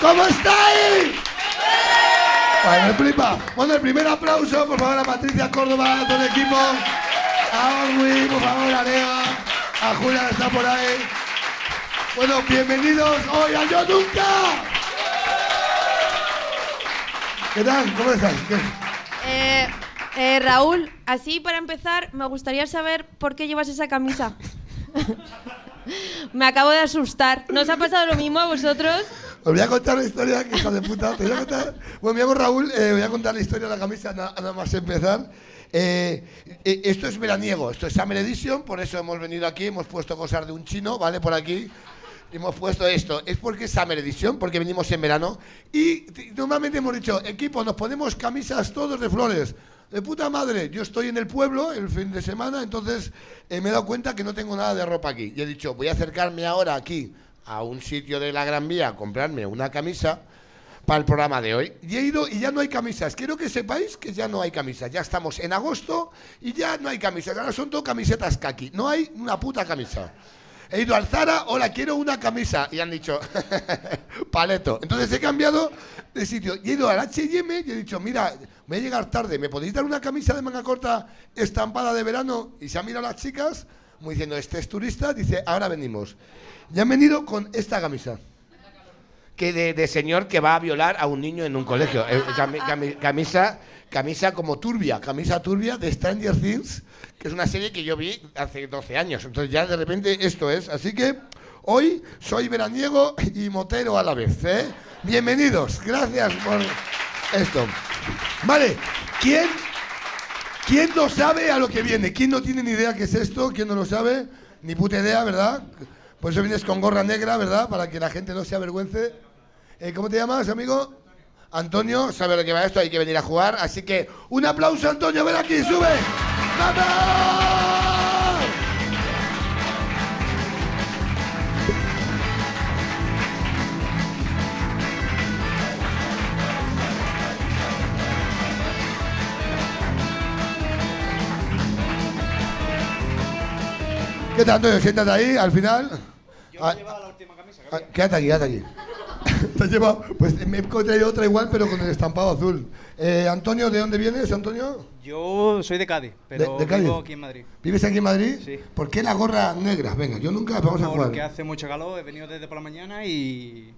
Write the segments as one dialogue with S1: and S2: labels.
S1: ¿Cómo estáis? Ay, me flipa. Bueno, el primer aplauso, por favor, a Patricia Córdoba, a todo el equipo. A Orwi, por favor, a Lea. A Julia, que está por ahí. Bueno, bienvenidos hoy a Yo Nunca. ¿Qué tal? ¿Cómo estás? ¿Qué?
S2: Eh, eh, Raúl, así para empezar, me gustaría saber por qué llevas esa camisa. me acabo de asustar. ¿Nos ha pasado lo mismo a vosotros?
S1: Os voy a contar una historia que hija de puta. Te voy a contar. Bueno, me llamo Raúl, eh, voy a contar la historia de la camisa na- nada más empezar. Eh, eh, esto es veraniego, esto es Summer Edition, por eso hemos venido aquí, hemos puesto cosas de un chino, ¿vale? Por aquí. Y Hemos puesto esto, es porque es Summer Edition, porque venimos en verano. Y t- normalmente hemos dicho, equipo, nos ponemos camisas todos de flores. De puta madre, yo estoy en el pueblo el fin de semana, entonces eh, me he dado cuenta que no tengo nada de ropa aquí. Y he dicho, voy a acercarme ahora aquí a un sitio de la Gran Vía a comprarme una camisa para el programa de hoy. Y he ido y ya no hay camisas. Quiero que sepáis que ya no hay camisas. Ya estamos en agosto y ya no hay camisas. Ahora son todo camisetas kaki. No hay una puta camisa. He ido al Zara, hola, quiero una camisa. Y han dicho, paleto. Entonces he cambiado de sitio. Y he ido al H&M y he dicho, mira, voy a llegar tarde. ¿Me podéis dar una camisa de manga corta estampada de verano? Y se han mirado las chicas, como diciendo, este es turista. Dice, ahora venimos. Y han venido con esta camisa que de, de señor que va a violar a un niño en un colegio. Eh, cami- cami- camisa, camisa como turbia, camisa turbia de Stranger Things, que es una serie que yo vi hace 12 años. Entonces ya de repente esto es. Así que hoy soy veraniego y motero a la vez. ¿eh? Bienvenidos, gracias por esto. Vale, ¿quién, ¿quién no sabe a lo que viene? ¿Quién no tiene ni idea qué es esto? ¿Quién no lo sabe? Ni puta idea, ¿verdad? Por eso Pues vienes con gorra negra, ¿verdad? Para que la gente no se avergüence. Eh, ¿Cómo te llamas, amigo? Antonio, sabe lo que va esto, hay que venir a jugar. Así que un aplauso, Antonio, ven aquí, sube. ¡Vamos! ¿Qué tal, Antonio? Siéntate ahí, al final. Yo llevaba la última camisa. quédate aquí, quédate aquí. Te has llevado- pues me he traído otra igual, pero con el estampado azul. Eh, Antonio, ¿de dónde vienes, Antonio?
S3: Yo soy de Cádiz, pero
S1: ¿De- de Cádiz?
S3: vivo aquí en Madrid.
S1: ¿Vives aquí en Madrid?
S3: Sí.
S1: ¿Por qué la gorra negra? Venga, yo nunca vamos a
S3: Porque
S1: jugar.
S3: hace mucho calor, he venido desde por la mañana y,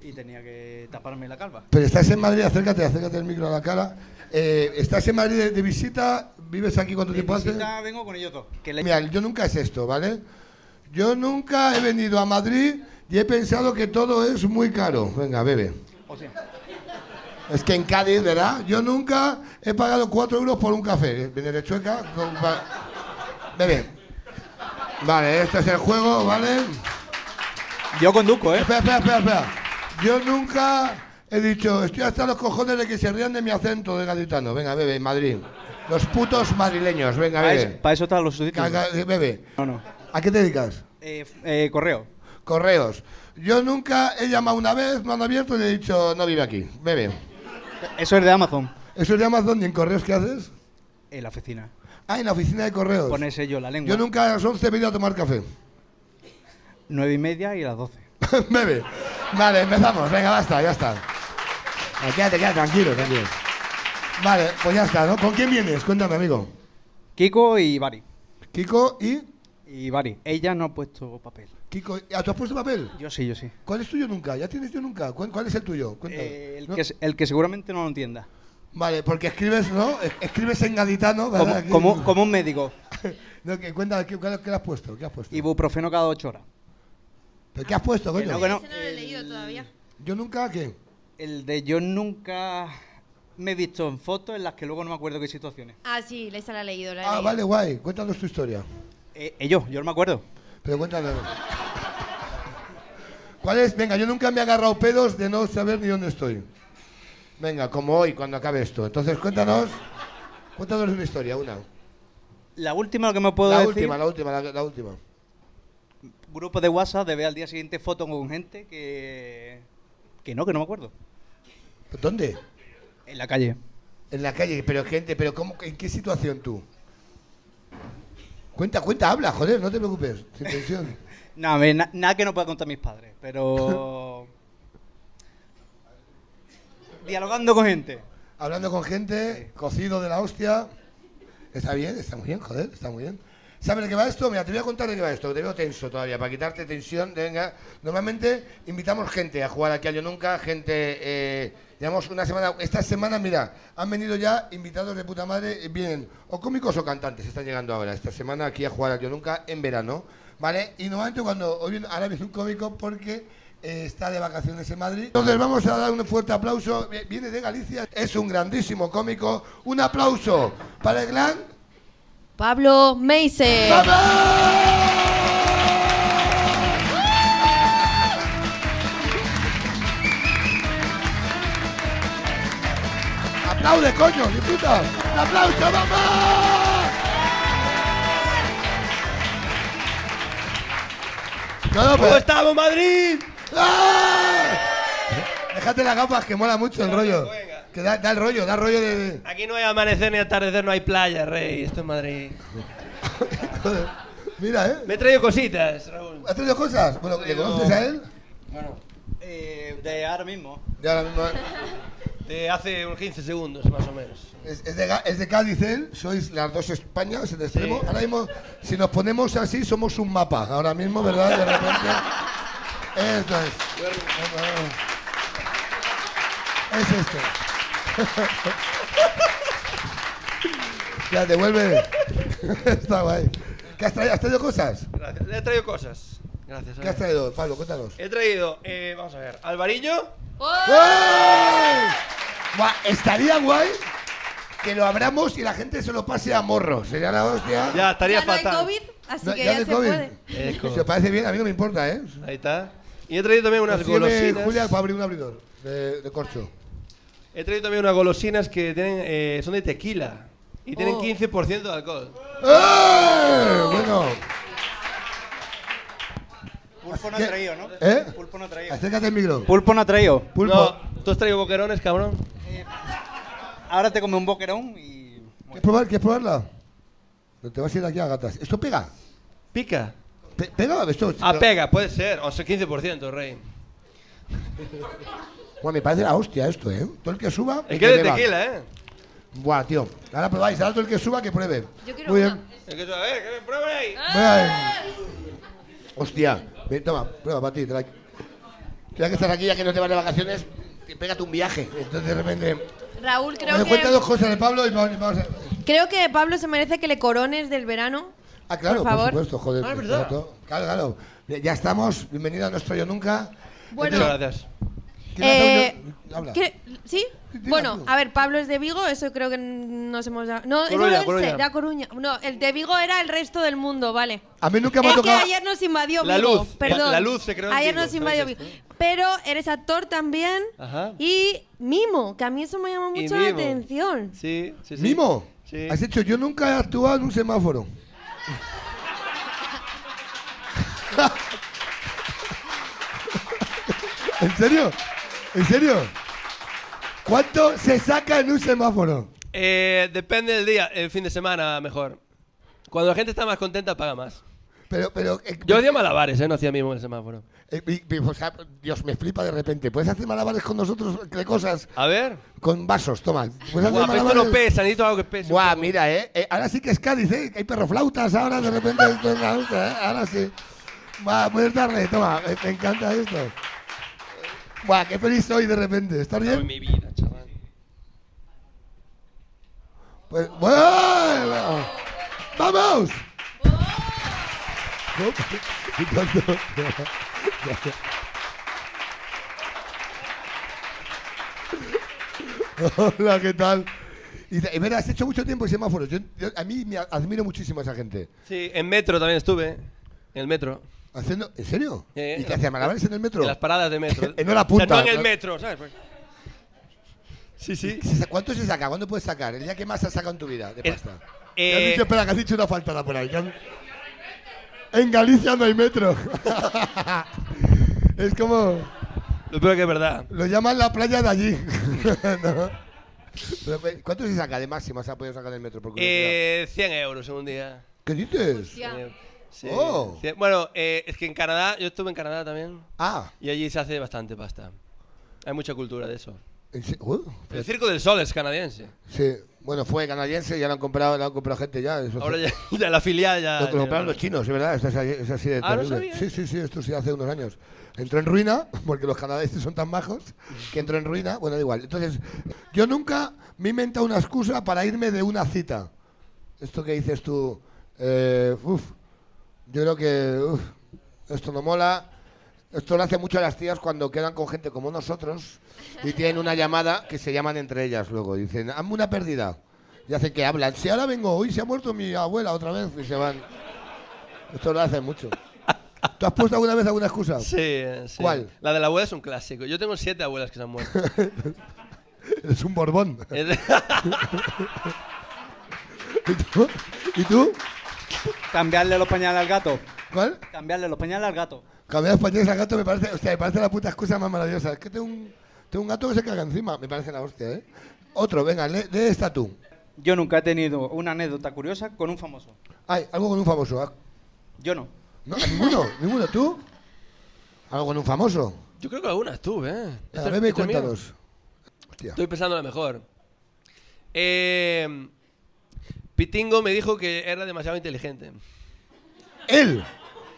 S3: y tenía que taparme la calva.
S1: Pero estás en Madrid, acércate, acércate el micro a la cara. Eh, ¿Estás en Madrid de, de visita? ¿Vives aquí cuánto
S3: De
S1: tiempo hace?
S3: visita vengo con ellos dos. Que le-
S1: Mira, yo nunca es esto, ¿vale? Yo nunca he venido a Madrid y he pensado que todo es muy caro. Venga, bebe.
S3: O sea,
S1: Es que en Cádiz, ¿verdad? Yo nunca he pagado 4 euros por un café. Viene de Chueca. no va- Bebe. Vale, este es el juego, ¿vale?
S3: yo conduzco, ¿eh?
S1: Espera, espera, espera, espera. Yo nunca he dicho, estoy hasta los cojones de que se rían de mi acento de gaditano. Venga, bebe, Madrid. Los putos madrileños, venga,
S3: Para
S1: bebe.
S3: eso, para eso están los subtítulos.
S1: Caga- Bebe.
S3: No, no.
S1: ¿A qué te dedicas?
S3: Eh, f- eh, correo.
S1: Correos. Yo nunca he llamado una vez, me han abierto y he dicho, no vive aquí. Bebe.
S3: Eso es de Amazon.
S1: ¿Eso es de Amazon y en correos qué haces?
S3: En la oficina.
S1: Ah, en la oficina de correos.
S3: Ponerse yo la lengua.
S1: Yo nunca a las 11 me he ido a tomar café.
S3: Nueve y media y las doce.
S1: Bebe. Vale, empezamos. Venga, basta, ya está. Eh, Quédate, quédate, tranquilo, tranquilo. Vale, pues ya está, ¿no? ¿Con quién vienes? Cuéntame, amigo.
S3: Kiko y Bari.
S1: Kiko y...
S3: Y Bari. Ella no ha puesto papel.
S1: Kiko... ¿Ah, ¿Tú has puesto papel?
S3: Yo sí, yo sí.
S1: ¿Cuál es tuyo nunca? ¿Ya tienes yo nunca? ¿Cuál, cuál es el tuyo? Cuéntame.
S3: Eh, el,
S1: ¿No?
S3: que, se- el que seguramente no lo entienda.
S1: Vale, porque escribes, ¿no? Es- Escribes en gaditano, ¿verdad?
S3: Como,
S1: Aquí-
S3: como, como un médico.
S1: No, que cuéntame, ¿qué, cuál- qué le has puesto? ¿Qué has puesto?
S3: Ibuprofeno cada ocho horas.
S1: ¿Pero qué has puesto,
S3: Que
S1: coño?
S3: no, que no.
S2: Ese no lo he leído todavía.
S1: ¿Yo nunca qué?
S3: El de yo nunca me he visto en fotos en las que luego no me acuerdo qué situaciones.
S2: Ah, sí, esa la he leído. La he
S1: Ah,
S2: leído.
S1: vale, guay. Cuéntanos tu historia.
S3: Eh, ellos, yo no me acuerdo.
S1: Pero cuéntame. ¿Cuál es? Venga, yo nunca me he agarrado pedos de no saber ni dónde estoy. Venga, como hoy, cuando acabe esto. Entonces, cuéntanos. Cuéntanos una historia, una.
S3: La última lo que me puedo
S1: La
S3: decir,
S1: última, la última, la, la última.
S3: grupo de WhatsApp de ver al día siguiente fotos con gente que que no, que no me acuerdo.
S1: ¿Dónde?
S3: En la calle.
S1: En la calle, pero gente, pero ¿cómo, ¿en qué situación tú? Cuenta, cuenta, habla, joder, no te preocupes, sin tensión.
S3: No, a ver, na- nada que no pueda contar mis padres, pero Dialogando con gente.
S1: Hablando con gente, cocido de la hostia. Está bien, está muy bien, joder, está muy bien. ¿Sabes de qué va esto? Mira, te voy a contar de qué va esto, que te veo tenso todavía, para quitarte tensión. Venga, normalmente invitamos gente a jugar aquí a Yo Nunca, gente, eh, digamos, una semana. Esta semana, mira, han venido ya invitados de puta madre, eh, vienen o cómicos o cantantes, están llegando ahora, esta semana aquí a jugar a Yo Nunca en verano, ¿vale? Y normalmente cuando, hoy viene- ahora viene un cómico porque eh, está de vacaciones en Madrid. Entonces vamos a dar un fuerte aplauso, Vi- viene de Galicia, es un grandísimo cómico. Un aplauso para el gran...
S2: Pablo Meise.
S1: ¡Aplaude, coño! ¡Disfruta! ¡Un aplauso, mamá! No, no, pero-
S4: estamos, Madrid?
S1: ¡Ah! Déjate las gafas, que mola mucho el rollo. Que da, da el rollo, da el rollo de... de-
S4: Aquí no hay amanecer ni atardecer, no hay playa, rey. Esto es Madrid.
S1: Joder. Mira, ¿eh?
S4: Me he traído cositas, Raúl.
S1: ¿Has traído cosas? Bueno, ¿le
S4: Traigo-
S1: conoces a él?
S4: Bueno,
S3: Eh, de ahora mismo.
S1: Ya ahora mismo... ¿eh?
S4: de hace unos 15 segundos, más o menos.
S1: Es, es de, Ga- es de Cádiz él, sois las dos Españas en extremo. Ahora mismo, si nos ponemos así, somos un mapa. Ahora mismo, ¿verdad? De repente. Esto es. Es este. esto. ya, devuelve. Está guay. ¿Qué has traído? ¿Has traído cosas?
S4: Gracias. Le he traído cosas. Gracias. a
S1: ¿Qué has
S4: ver.
S1: traído, Pablo? Cuéntanos.
S4: He traído, eh, vamos a ver, Alvarillo.
S1: ¡Oh! ¡Guay! Guau, estaría guay que lo abramos y la gente se lo pase a morro. Sería la hostia.
S4: Ya, estaría
S2: ya no hay
S4: fatal.
S2: COVID, así
S1: No,
S2: que
S1: ya
S2: ya,
S1: de
S2: se
S1: COVID.
S2: puede.
S4: Eco.
S1: Si os parece bien, a mí no me importa, ¿eh?
S4: Ahí está. Y he traído también unas
S1: Tiene
S4: golosinas.
S1: Julia para abrir un abridor de, de corcho.
S4: He traído también unas golosinas que tienen, eh, son de tequila. Y tienen
S2: Oh.
S4: 15% de alcohol.
S1: ¡Eh! Bueno,
S3: Pulpo no
S1: ¿Qué?
S3: ha traído, ¿no?
S1: ¿Eh?
S3: Pulpo no ha traído.
S1: acércate al micro.
S3: Pulpo no ha traído. Eh,
S1: Pulpo.
S4: No, tú has traído boquerones, cabrón.
S3: Ahora te come un boquerón y.
S1: ¿Quieres, probar- quieres probarla? No te vas a ir aquí a gatas. ¿Esto pega?
S4: Pica.
S1: Pe- ¿Pega? Esto,
S4: Ah, pega, puede ser. O sea, 15%, rey.
S1: Buah, me parece la hostia esto, ¿eh? Todo el que suba.
S4: El que es de
S1: beba.
S4: tequila, ¿eh?
S1: Buah, tío. Ahora probáis. Ahora todo el que suba que pruebe.
S2: Yo quiero
S1: Muy
S2: una.
S1: bien.
S4: El que a ver, que me prueben ahí.
S1: Voy a ver. Hostia. Ven, toma, prueba para ti. te la- Tienes que estar aquí ya que no te vas de vacaciones. que Pégate un viaje. Entonces de repente.
S2: Raúl,
S1: me
S2: creo
S1: doy cuenta
S2: que,
S1: dos cosas de Pablo y vamos, vamos a.
S2: creo que Pablo se merece que le corones del verano.
S1: Ah, claro,
S2: Por
S1: por,
S2: favor.
S1: supuesto, joder.
S4: Ah, es
S1: por
S4: verdad.
S1: supuesto. Claro, claro. Ya ya estamos. Bienvenido a nuestro Yo Nunca.
S2: Bueno,
S4: Muchas gracias.
S1: ¿Quién hace
S2: eh,
S1: un Yo- Habla.
S2: ¿qué- ¿Sí?
S1: Dila
S2: Bueno,
S1: tú.
S2: a ver, Pablo es de Vigo, eso creo que nos hemos dado. No,
S4: Coruña,
S2: eso
S4: Coruña.
S2: era Coruña. No, el de Vigo era el resto del mundo, vale.
S1: A mí nunca me ha
S2: Es que
S1: tocado.
S2: ayer nos invadió
S4: La
S2: Vigo.
S4: luz,
S2: Perdón.
S4: la luz se creó en
S2: Ayer
S4: Vigo,
S2: nos invadió
S4: ¿sabes
S2: Vigo.
S4: esto?
S2: Pero eres actor también.
S4: Ajá.
S2: Y Mimo, que a mí eso me llama
S4: Y
S2: mucho la
S4: Mimo.
S2: atención.
S4: Sí, sí, sí.
S1: Mimo,
S4: Sí.
S1: has hecho Yo Nunca he actuado en un semáforo. ¿En serio? ¿En serio? ¿Cuánto se saca en un semáforo?
S4: Eh, depende del día, el fin de semana mejor. Cuando la gente está más contenta, paga más.
S1: Pero, pero. eh,
S4: Yo hacía malabares, ¿eh? No hacía mismo el semáforo.
S1: eh, mi- mi- o sea, Dios, me flipa de repente. ¿Puedes hacer malabares con nosotros? ¿Qué cosas?
S4: A ver.
S1: Con vasos, toma. ¿Puedes hacer
S4: Guau, pero esto no
S1: malabares?
S4: pesa, necesito algo que pese.
S1: Buah, mira, eh, eh, Ahora sí que es Cádiz, ¿eh? Que hay perroflautas ahora, de repente esto es la hostia, ¿eh? Ahora sí. Buah, puedes darle, toma, eh, me encanta esto. Buah, qué feliz soy de repente, ¿estás
S4: Cago en
S1: bien?
S4: mi vida, chaval.
S1: Pues, ¡bueno! ¡Vamos! Hola, ¿qué tal? Y, y mira, has hecho mucho tiempo en semáforos. Yo- yo- a mí me admiro muchísimo a esa gente.
S4: Sí, en metro también estuve. En el metro.
S1: Haciendo, ¿En serio?
S4: Eh,
S1: ¿Y qué hacía malabares en el metro?
S4: En las paradas de metro.
S1: En hora punta,
S4: O sea, no en el
S1: ¿no?
S4: metro, ¿sabes? Pues- Sí, sí.
S1: Se sa- ¿Cuánto se saca? ¿Cuándo puedes sacar? El día que más has sacado en tu vida de
S4: Es-
S1: pasta.
S4: eh,
S1: Ya has dicho, espera, que has dicho una faltada por ahí. que han- En Galicia no hay metro. es como.
S4: Lo peor que es verdad.
S1: Lo llaman la playa de allí. ¿No? Pero, pues, ¿Cuánto se saca de máximo se ha podido sacar del metro? Por curiosidad?
S4: Eh, 100 euros en un día.
S1: ¿Qué dices?
S2: Hostia.
S4: Eh, sí,
S1: Oh.
S4: 100. Bueno, eh, es que en Canadá, yo estuve en Canadá también.
S1: Ah,
S4: Y allí se hace bastante pasta. Hay mucha cultura de eso.
S1: En se- uh,
S4: El Circo del Sol es canadiense.
S1: sí. Bueno, fue canadiense, ya lo han comprado, lo han comprado gente ya. eso
S4: Ahora
S1: sí.
S4: ya, ya la filial ya.
S1: Lo que compraron los chinos, es verdad, es así, es así de
S4: Ah, ¿no
S1: terrible.
S4: sabía?
S1: sí, sí, sí, esto sí hace unos años. Entró en ruina, porque los canadienses son tan majos, que entró en ruina, bueno, da igual. Entonces, yo nunca me he inventado una excusa para irme de una cita. Esto que dices tú, eh, uf, yo creo que uf, esto no mola. Esto lo hace mucho a las tías cuando quedan con gente como nosotros y tienen una llamada que se llaman entre ellas luego. Dicen, hazme una pérdida. Y hacen que hablan. Si ahora vengo hoy, se ha muerto mi abuela otra vez y se van. Esto lo hacen mucho. ¿Tú has puesto alguna vez alguna excusa?
S4: Sí, eh, sí.
S1: ¿Cuál?
S4: La de la abuela es un clásico. Yo tengo siete abuelas que se han muerto.
S1: Eres un borbón.
S4: Es-
S1: ¿Y tú? ¿Y tú?
S3: Cambiarle los pañales al gato.
S1: ¿Cuál?
S3: Cambiarle los pañales al gato.
S1: Cambiar los pañales al gato me parece, hostia, me parece la puta excusa más maravillosa. Es que tengo un, tengo un gato que se caga encima. Me parece la hostia, ¿eh? Otro, venga, lee, lee esta tú.
S3: Yo nunca he tenido una anécdota curiosa con un famoso.
S1: Ay, algo con un famoso. ah.
S3: Yo no.
S1: No, ninguno, ninguno. ¿Tú? Algo con un famoso.
S4: Yo creo que algunas tú, ¿eh?
S1: A
S4: Esto-
S1: ver, me
S4: esto es mío.
S1: cuéntanos. Hostia.
S4: Estoy pensando la mejor. Eh, Pitingo me dijo que era demasiado inteligente.
S1: Él.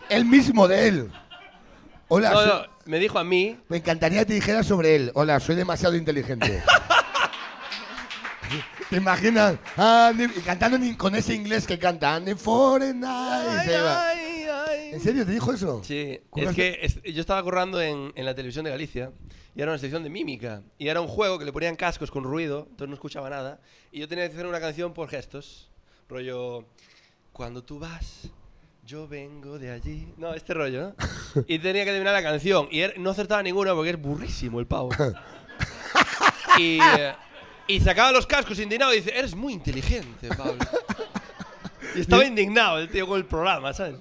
S1: Él mismo de él. Hola.
S4: No,
S1: soy-
S4: no, me dijo a mí.
S1: Me encantaría que te dijeras sobre él. Hola, soy demasiado inteligente. ¿Te imaginas? Andy- y cantando en in- con ese inglés que canta. Andy Foreign Eyes", ahí va.
S4: Ay, ay,
S1: ¿En
S4: ay.
S1: serio te dijo eso?
S4: Sí, es
S1: ¿Curraste?
S4: que es- yo estaba currando en, en la televisión de Galicia y era una sección de mímica y era un juego que le ponían cascos con ruido, entonces no escuchaba nada y yo tenía que hacer una canción por gestos, rollo cuando tú vas, yo vengo de allí, no este rollo, ¿no? y tenía que adivinar la canción y er- no acertaba ninguna porque es burrísimo el pavo y, eh, y sacaba los cascos indignado y dice eres muy inteligente Pablo y estaba indignado el tío con el programa, ¿sabes?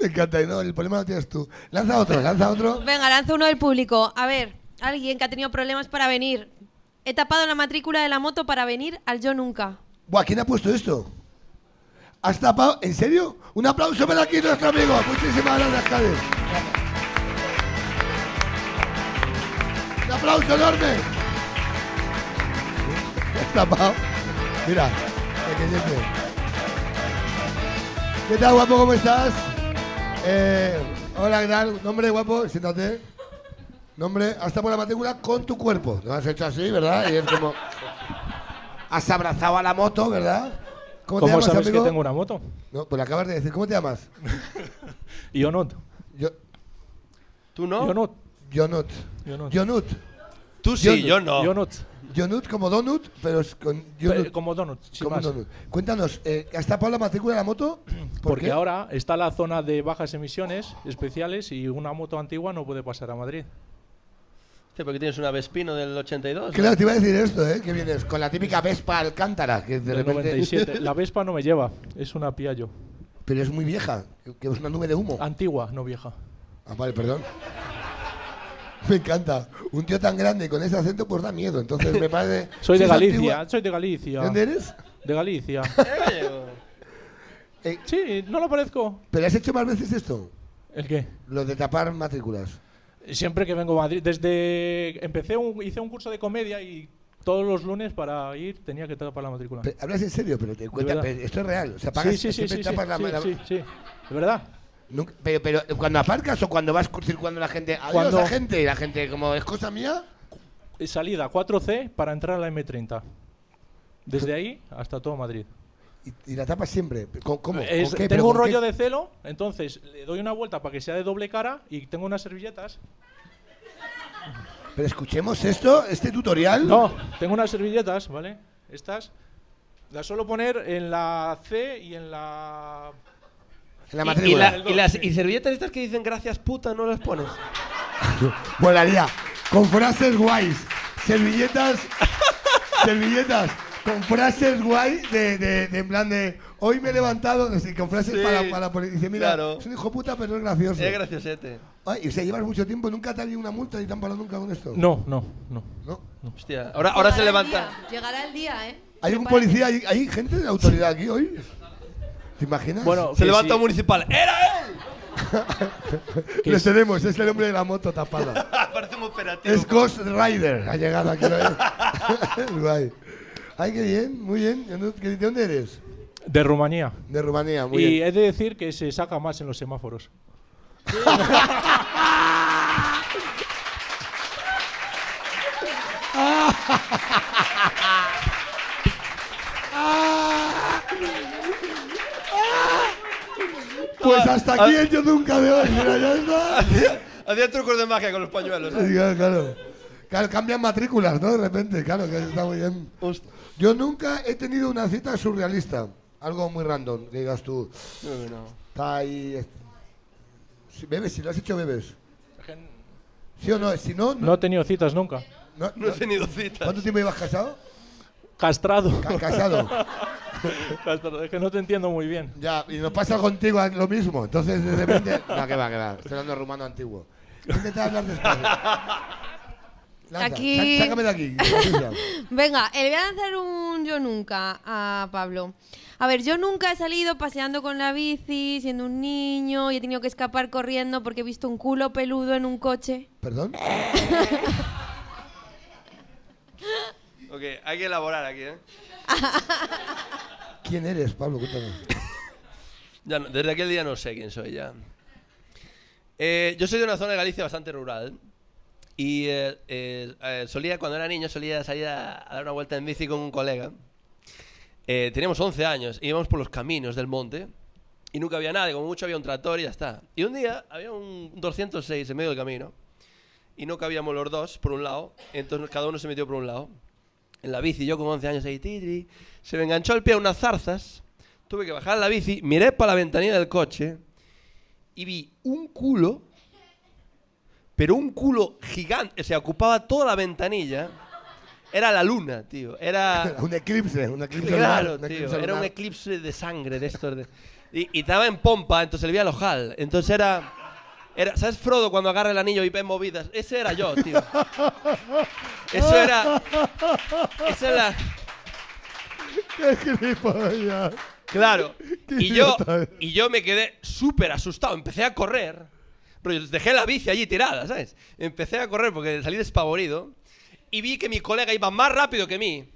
S1: Me encanta. y No, el problema lo tienes tú. Lanza otro, lanza otro.
S2: Venga, lanza uno del público. A ver, alguien que ha tenido problemas para venir. He tapado la matrícula de la moto para venir al Yo Nunca.
S1: Buah, ¿quién ha puesto esto? ¿Has tapado? ¿En serio? Un aplauso para aquí nuestro amigo. Muchísimas gracias, Javier. Un aplauso enorme. ¿Has tapado? Mira, pequeñete. ¿Qué tal, guapo? ¿Cómo estás? Eh, hola, ¿qué tal? Nombre, guapo, siéntate. Nombre, has tapado la matrícula con tu cuerpo. Lo has hecho así, ¿verdad? Y es como... Has abrazado a la moto, ¿verdad? ¿Cómo, te
S5: ¿Cómo
S1: llamas,
S5: sabes
S1: amigo?
S5: que tengo una moto?
S1: No, pues lo acabas de decir. ¿Cómo te llamas?
S5: Yo no.
S1: Yo,
S4: ¿Tú
S5: Yo no.
S1: Jonut.
S5: Jonut.
S1: Jonut.
S4: Tú sí, yo,
S1: Yo
S4: no.
S5: Yo no.
S1: Jonut como donut, pero es con
S5: Pe-
S1: Jonut.
S5: Como donut. sin
S1: como
S5: más.
S1: donut. Cuéntanos, eh, ¿has tapado la matrícula de la moto? ¿Por
S5: Porque
S1: qué?
S5: ahora está la zona de bajas emisiones especiales y una moto antigua no puede pasar a Madrid.
S4: Hostia, porque tienes una Vespino del 82.
S1: Claro, te iba a decir esto, ¿eh? Que vienes con la típica Vespa Alcántara, que de
S5: Del
S1: repente...
S5: 97. La Vespa no me lleva, es una Piaggio.
S1: Pero es muy vieja, que- que es una nube de humo.
S5: Antigua, no vieja.
S1: Ah, vale, perdón. Me encanta. Un tío tan grande y con ese acento pues da miedo, entonces me parece... si
S5: Soy de
S1: es
S5: Galicia,
S1: antigua-
S5: soy de Galicia.
S1: ¿De dónde eres?
S5: De Galicia.
S1: Eh,
S5: Sí, no lo parezco.
S1: ¿Pero has hecho más veces esto?
S5: ¿El qué?
S1: Lo de tapar matrículas.
S5: Siempre que vengo a Madrid, desde empecé un- hice un curso de comedia y todos los lunes para ir tenía que tapar la matrícula.
S1: Pe- Hablas en serio, pero te cuenta,
S5: verdad.
S1: pero esto es real. O sea, pagas, siempre tapas la, la-
S5: sí, sí. De verdad.
S1: Nunca- pero, pero cuando aparcas o cuando vas cur- circulando la gente, adiós
S5: Cuando-
S1: la gente, y la gente como es cosa mía.
S5: Eh, Salida 4C para entrar a la M30. Desde ahí hasta todo Madrid.
S1: Y, y la tapas siempre. ¿Con, ¿Cómo? ¿Con
S5: Es-
S1: qué? ¿Pero
S5: tengo un
S1: con qué?
S5: rollo de celo, entonces le doy una vuelta para que sea de doble cara y tengo unas servilletas.
S1: Pero escuchemos esto, este tutorial.
S5: No, tengo unas servilletas, ¿vale? Estas las suelo poner en la C y en la
S1: En la
S4: Y,
S1: matrícula.
S4: la- y las y servilletas estas que dicen gracias puta no las pones.
S1: Volaría. Con frases guays. Servilletas. servilletas. Con frases guay de, de- de en plan de hoy me he levantado. no sé, con frases
S4: Sí,
S1: para, para poner- Dice, mira,
S4: claro.
S1: es un hijo puta, pero es gracioso.
S4: Es graciosete.
S1: Ay, y, o sea, llevas mucho tiempo, nunca te ha ido una multa y te han parado nunca con esto.
S5: No, no, no.
S1: ¿No?
S4: Hostia, ahora, ahora se
S2: Llegará el
S4: levanta.
S2: día, Llegará el día, ¿eh?
S1: ¿Hay un
S2: Prepárate.
S1: policía, hay, hay gente de autoridad aquí hoy? ¿Te imaginas?
S5: Bueno,
S4: Se
S5: que
S4: levanta
S5: sí.
S4: un municipal. ¡Era él!
S1: le tenemos, es el hombre de la moto tapada.
S4: parece un operativo.
S1: Es Ghost Rider. Ha llegado aquí. ¿no? Guay. Ay, qué bien, muy bien. ¿De dónde- ¿De dónde eres?
S5: De Rumanía.
S1: De Rumanía, Ah, muy
S5: y
S1: bien.
S5: he de decir que se saca más en los semáforos.
S1: Pues hasta aquí el yo nunca de hoy. Mira, ya está.
S4: Ah, Hacía trucos de magia con los pañuelos. ¿eh?
S1: Sí, Claro, claro. Claro, cambian matrículas, ¿no? De repente, claro, que está muy bien.
S4: Host-
S1: Yo nunca he tenido una cita surrealista. Algo muy random, que digas tú.
S4: No, no.
S1: Está ahí. es- Si bebes, si lo has hecho, bebes. ¿Sí o no? Si no,
S5: No
S1: no.
S5: he tenido citas nunca.
S1: no-
S4: No he tenido citas.
S1: ¿Cuánto tiempo llevas casado?
S5: Castrado.
S1: Ca- casado.
S5: Castrado. Es que no te entiendo muy bien.
S1: Ya, y nos pasa contigo lo mismo. Entonces, de repente. No, que va, que va. Estoy hablando rumano antiguo. Intenta hablar despacio. Lanza,
S2: Aquí-
S1: sá- Sácame de aquí. Lisa.
S2: Venga, eh, le voy a lanzar un yo nunca a Pablo. A ver, yo nunca he salido paseando con la bici, siendo un niño, y he tenido que escapar corriendo porque he visto un culo peludo en un coche.
S1: ¿Perdón?
S4: Ok, hay que elaborar aquí, ¿eh?
S1: ¿Quién eres, Pablo? Cuéntame.
S4: Ya no- desde aquel día no sé quién soy ya. Eh, yo soy de una zona de Galicia bastante rural. Y eh, eh, eh, solía, cuando era niño, solía salir a, a dar una vuelta en bici con un colega. Eh, teníamos 11 años, íbamos por los caminos del monte y nunca había nadie, como mucho había un tractor y ya está. Y un día había un 206 en medio del camino y no cabíamos los dos por un lado, entonces cada uno se metió por un lado. En la bici, yo con 11 años ahí, ti, ti, se me enganchó el pie a unas zarzas, tuve que bajar la bici, miré para la ventanilla del coche y vi un culo, pero un culo gigante, o sea, ocupaba toda la ventanilla. Era la luna, tío. Era
S1: un eclipse, un eclipse
S4: Ah. Claro,
S1: lunar, un
S4: tío.
S1: eclipse
S4: Era un
S1: lunar.
S4: eclipse de sangre de estos. de- Y, y estaba en pompa, entonces le vi al ojal. Entonces era, era. ¿Sabes Frodo cuando agarra el anillo y ve movidas? Ese era yo, tío. Eso era. Esa era.
S1: ¡Qué gilipollas!
S4: Claro.
S1: Qué
S4: Y yo,
S1: idiota.
S4: y yo me quedé súper asustado. Empecé a correr. Pero yo dejé la bici allí tirada, ¿sabes? Empecé a correr porque salí despavorido. Y vi que mi colega iba más rápido que mí.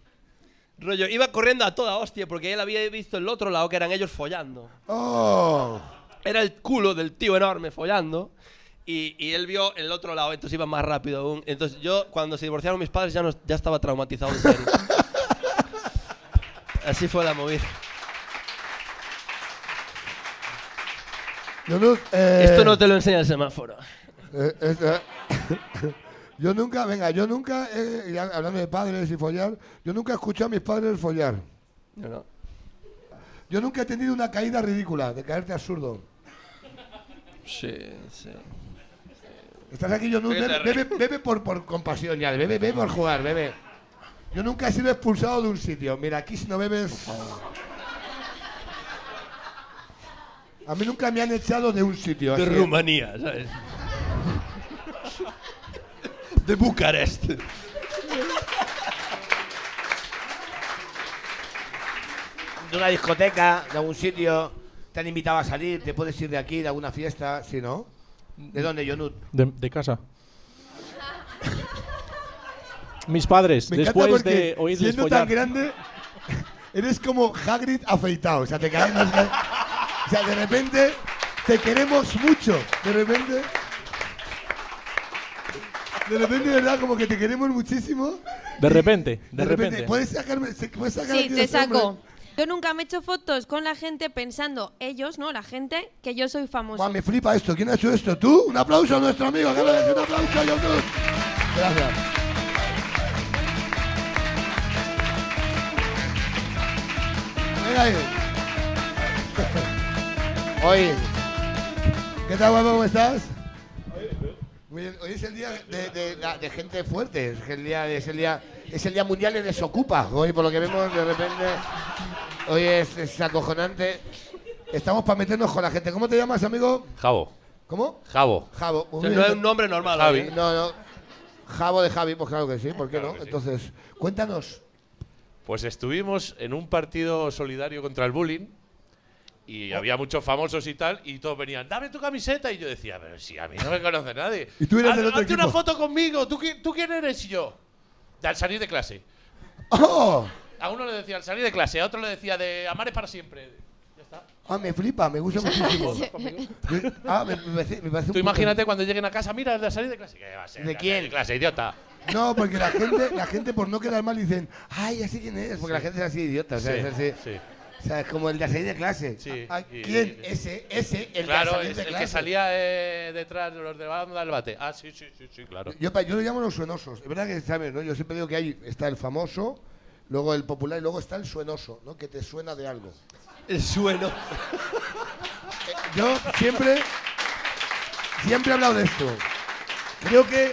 S4: Rollo, iba corriendo a toda hostia porque él había visto el otro lado que eran ellos follando.
S1: ¡Oh!
S4: Era el culo del tío enorme follando. Y, y él vio el otro lado, entonces iba más rápido aún. Entonces yo, cuando se divorciaron mis padres, ya, no, ya estaba traumatizado en serio. Así fue la movida.
S1: Yo no, eh,
S4: Esto no te lo enseña el semáforo.
S1: eh, es- eh, yo nunca, venga, yo nunca, eh, ya hablando de padres y follar, yo nunca he escuchado a mis padres follar.
S4: No, no.
S1: Yo nunca he tenido una caída ridícula, de caerte absurdo.
S4: Sí, sí.
S1: Estás aquí, yo nunca. Bebe, bebe- bebe por, por compasión ya, bebe, bebe por jugar, bebe. Yo nunca he sido expulsado de un sitio. Mira, aquí si no bebes. A mí nunca me han echado de un sitio.
S4: De
S1: así.
S4: Rumanía, ¿sabes? De Bucarest.
S1: de una discoteca, de algún sitio, te han invitado a salir, te puedes ir de aquí, de alguna fiesta, si no. ¿De dónde, Jonut?
S5: De, de casa. Mis padres, después de oírles
S1: siendo
S5: follar.
S1: tan grande, eres como Hagrid afeitado. O sea, te caen las ga- O sea, de repente te queremos mucho. De repente... De repente, ¿verdad? Como que te queremos muchísimo.
S5: De repente, de,
S1: De, repente,
S5: repente.
S1: ¿puedes sacarme? se- ¿Puedes sacar
S2: Sí,
S1: aquí
S2: te
S1: ese hombre?
S2: saco. Yo nunca me he hecho fotos con la gente pensando, ellos, ¿no? La gente, que yo soy famoso.
S1: Guau, me flipa esto. ¿Quién ha hecho esto? ¿Tú? Un aplauso a nuestro amigo. que le- Un aplauso a YouTube. Gracias. Venga ahí. Oye. ¿Qué tal, guapo? ¿Cómo estás? Muy bien. Hoy es el día de, de- la- de gente fuerte. Es el día, es el día, es el día mundial de desocupa. Hoy, por lo que vemos, de repente... Hoy es, es acojonante. Estamos para meternos con la gente. ¿Cómo te llamas, amigo?
S6: Javo,
S1: ¿Cómo?
S6: Javo.
S1: Javo. Muy
S4: no
S1: bien.
S4: es un nombre normal.
S6: Javi.
S4: ¿eh?
S1: No, no. Javo de Javi, pues claro que sí, ¿por qué
S6: Claro
S1: no?
S6: que sí.
S1: Entonces, cuéntanos.
S6: Pues estuvimos en un partido solidario contra el bullying Y
S1: Oh.
S6: había muchos famosos y tal, y todos venían, dame tu camiseta. Y yo decía, pero si a mí no me conoce nadie.
S1: Y tú eres
S6: Haz-
S1: del otro
S6: hazte una
S1: equipo".
S6: foto conmigo, ¿Tú, qui- ¿tú quién eres? Y yo, al salir de clase.
S1: ¡Oh!
S6: A uno le decía al salir de clase, a otro le decía de amar es para siempre. Ya está.
S1: Ah, me flipa, me gusta muchísimo.
S6: Fotos conmigo.
S1: Yo- ah, me, me parece, me parece un
S6: Tú
S1: puto-
S6: imagínate cuando lleguen a casa, mira, el de salir de clase. ¿Qué va a ser?
S1: ¿De
S6: la
S1: quién?
S6: salir De clase, idiota.
S1: No, porque la gente, la gente por no quedar mal dicen, ay, así quién es, porque la gente es así idiota, o sea, es así.
S6: sí.
S1: O sea, es como el de salir de clase.
S6: Sí,
S1: Ah,
S6: y-
S1: ¿Quién? Ese, ese, el de
S6: Claro,
S1: salir
S6: es
S1: de
S6: el
S1: clase.
S6: que salía eh, detrás de los de banda del bate. Ah, sí, sí, sí, sí, claro.
S1: Yo, pa- yo lo llamo los suenosos. Es verdad que, ¿sabes? No? Yo siempre digo que hay, está el famoso, luego el popular y luego está el suenoso, ¿no? Que te suena de algo. Eh,
S4: El sueno.
S1: Yo siempre, siempre he hablado de esto. Creo que,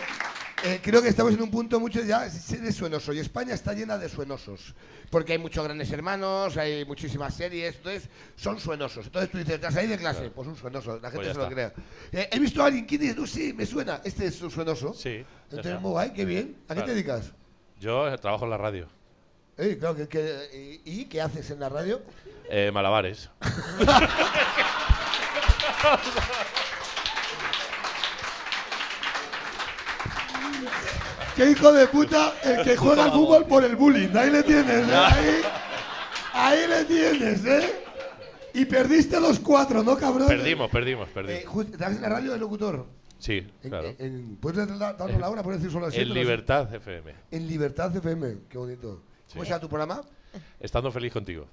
S1: eh, creo que estamos en un punto mucho ya de suenoso y España está llena de suenosos porque hay muchos grandes hermanos, hay muchísimas series, entonces son suenosos. Entonces tú dices, ¿estás ahí de clase? Pues un suenoso, la gente
S6: ya
S1: se lo
S6: está.
S1: crea. Eh, he visto a alguien que dice, no, sí, me suena, este es un suenoso.
S6: Sí. ya
S1: Entonces,
S6: está.
S1: muy guay, qué bien. ¿A qué
S6: Claro.
S1: te dedicas?
S6: Yo trabajo en la radio.
S1: Eh, claro, que- que- y, ¿Y qué haces en la radio?
S6: Eh, malabares.
S1: ¡Qué hijo de puta el que juega al fútbol por el bullying! Ahí le tienes, ¿eh? Ahí, ahí le tienes, ¿eh? Y perdiste los cuatro, ¿no, cabrón?
S6: Perdimos, perdimos,
S1: Eh,
S6: perdimos.
S1: ju- ¿Estás en la radio de locutor?
S6: Sí,
S1: En-
S6: claro.
S1: en- en- ¿Puedes dar- darnos la hora? ¿Puedes decir solo así?
S6: Eh, En Libertad FM.
S1: En Libertad FM, qué bonito. ¿Cómo se llama tu programa?
S6: Estando feliz contigo.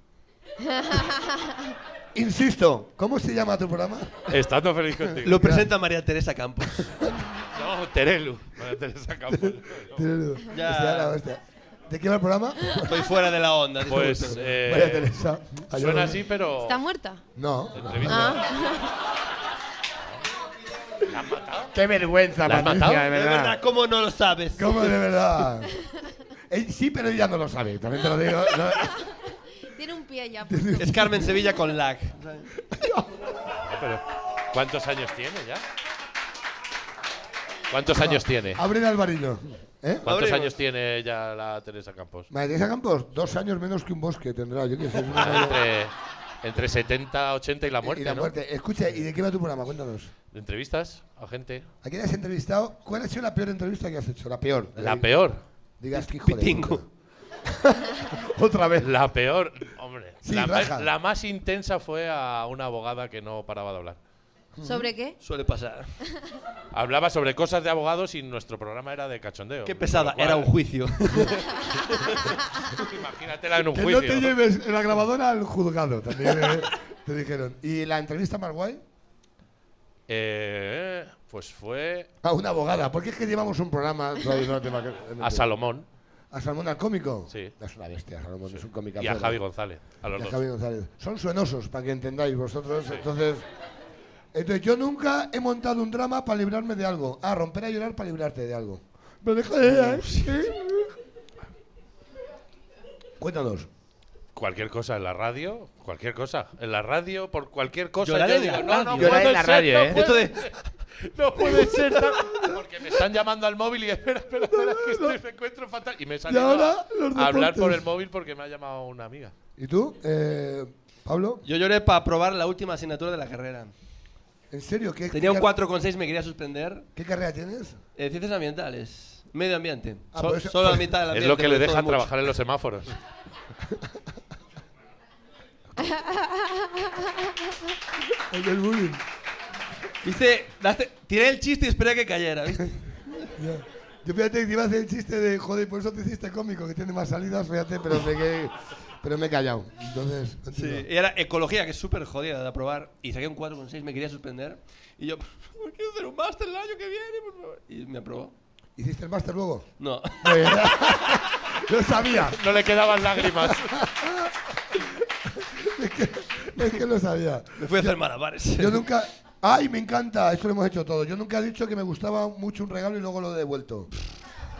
S1: Insisto, ¿cómo se llama tu programa?
S6: Estando feliz contigo.
S4: Lo presenta María Teresa Campos.
S6: No, Terelu. María Teresa Campos.
S4: Ya.
S1: Hostia, la hostia. ¿De qué va el programa?
S4: Estoy fuera de la onda.
S6: Pues
S4: disculpa.
S6: eh,
S1: María Teresa. Ay,
S6: suena
S1: yo-
S6: así, pero
S2: ¿Está muerta?
S1: No.
S2: Ah.
S6: entrevista.
S1: Qué vergüenza,
S6: ¿La has
S1: Patricia,
S6: matado?
S1: de
S4: de
S1: verdad.
S4: verdad, ¿cómo no lo sabes?
S1: ¿Cómo de verdad? Eh, sí, pero ella no lo sabe, también te lo digo. no.
S2: Tiene un pie ya. puesto.
S4: Es Carmen Sevilla con lag.
S6: No, Ah, pero ¿Cuántos años tiene ya? ¿Cuántos años tiene?
S1: Abre el albarino. ¿Eh?
S6: ¿Cuántos
S4: Abrimos.
S6: años tiene ya la Teresa Campos?
S1: María Teresa Campos, dos años menos que un bosque tendrá, yo qué sé. una madre-
S6: Entre, entre 70, 80 y la muerte,
S1: y la
S6: ¿no?
S1: muerte. eh. Escucha, ¿y de qué va tu programa? Cuéntanos.
S6: De entrevistas a gente.
S1: ¿A quién has entrevistado? ¿Cuál ha sido la peor entrevista que has hecho? La peor.
S6: La
S1: Que
S6: peor.
S1: Digas que hijo de
S4: Pitingo.
S1: puta. Otra vez.
S6: La peor. Hombre.
S1: Sí,
S6: la, ma-
S1: raja.
S6: la más intensa fue a una abogada que no paraba de hablar.
S2: Mm. ¿Sobre qué?
S4: Suele pasar.
S6: Hablaba sobre cosas de abogados y nuestro programa era de cachondeo.
S4: Qué
S6: Con lo
S4: pesada.
S6: cual,
S4: Era un juicio.
S6: Imagínatela en un
S1: Que
S6: juicio.
S1: no te lleves la grabadora al juzgado, también eh, te dijeron. ¿Y la entrevista más guay?
S6: Eh, pues fue
S1: A una abogada, porque es que llevamos un programa. no, no te va a-
S6: a Salomón
S1: ¿A Salmón al cómico?
S6: Sí.
S1: No es una bestia, Salmón es un cómico.
S6: y a Javi González. A los
S1: Y a
S6: dos.
S1: Javi González. Son suenosos, para que entendáis vosotros. Entonces, entonces, yo nunca he montado un drama para librarme de algo. Ah, romper a llorar para librarte de algo. Pero deja de- Cuéntanos.
S6: Cualquier cosa en la radio, cualquier cosa. En la radio, por cualquier cosa.
S4: Llorar
S6: yo
S4: en la
S6: digo, no, no
S4: radio.
S6: puede
S4: Llorar en
S6: ser, no puede
S4: Esto de.
S6: No puede ser tan- Porque me están llamando al móvil y espera, espera, espera, que estoy, me encuentro fatal. Y me he salido
S1: ahora,
S6: a-
S1: los
S6: a, hablar por
S1: deportes.
S6: el móvil porque me ha llamado una amiga.
S4: Ah,
S1: ¿Y tú, eh, Pablo?
S4: Yo lloré para aprobar la última asignatura de la carrera.
S1: ¿En serio? ¿Qué,
S4: Tenía
S1: qué
S4: un
S1: car-
S4: 4,6, me quería suspender.
S1: ¿Qué carrera tienes?
S4: Eh, ciencias ambientales. Medio ambiente.
S1: Ah,
S4: So-
S1: pues eso-
S4: solo la
S1: pues-
S4: mitad del ambiente.
S6: es lo que le
S4: porque todo
S6: dejan
S4: mucho.
S6: trabajar en los semáforos.
S1: El del bullying.
S4: Viste, daste- tiré el chiste y esperé a que cayera, ¿viste?
S1: Ya. Yo fíjate que iba a hacer el chiste de joder, por eso te hiciste cómico, que tiene más salidas, fíjate, pero me, quedé- pero me he callado. Entonces, continúa.
S4: Sí, y era ecología, que es súper jodida de aprobar. Y saqué un 4,6, me quería suspender. Y yo, ¿por qué hacer un máster el año que viene, por favor? Y me aprobó.
S1: ¿Hiciste el máster luego?
S4: No.
S1: Muy bien. Lo sabía,
S6: No le quedaban lágrimas.
S1: es que lo sabía.
S4: Me fui a hacer malabares.
S1: Yo nunca. ¡Ay, me encanta! Esto lo hemos hecho todo. Yo nunca he dicho que me gustaba mucho un regalo y luego lo he devuelto.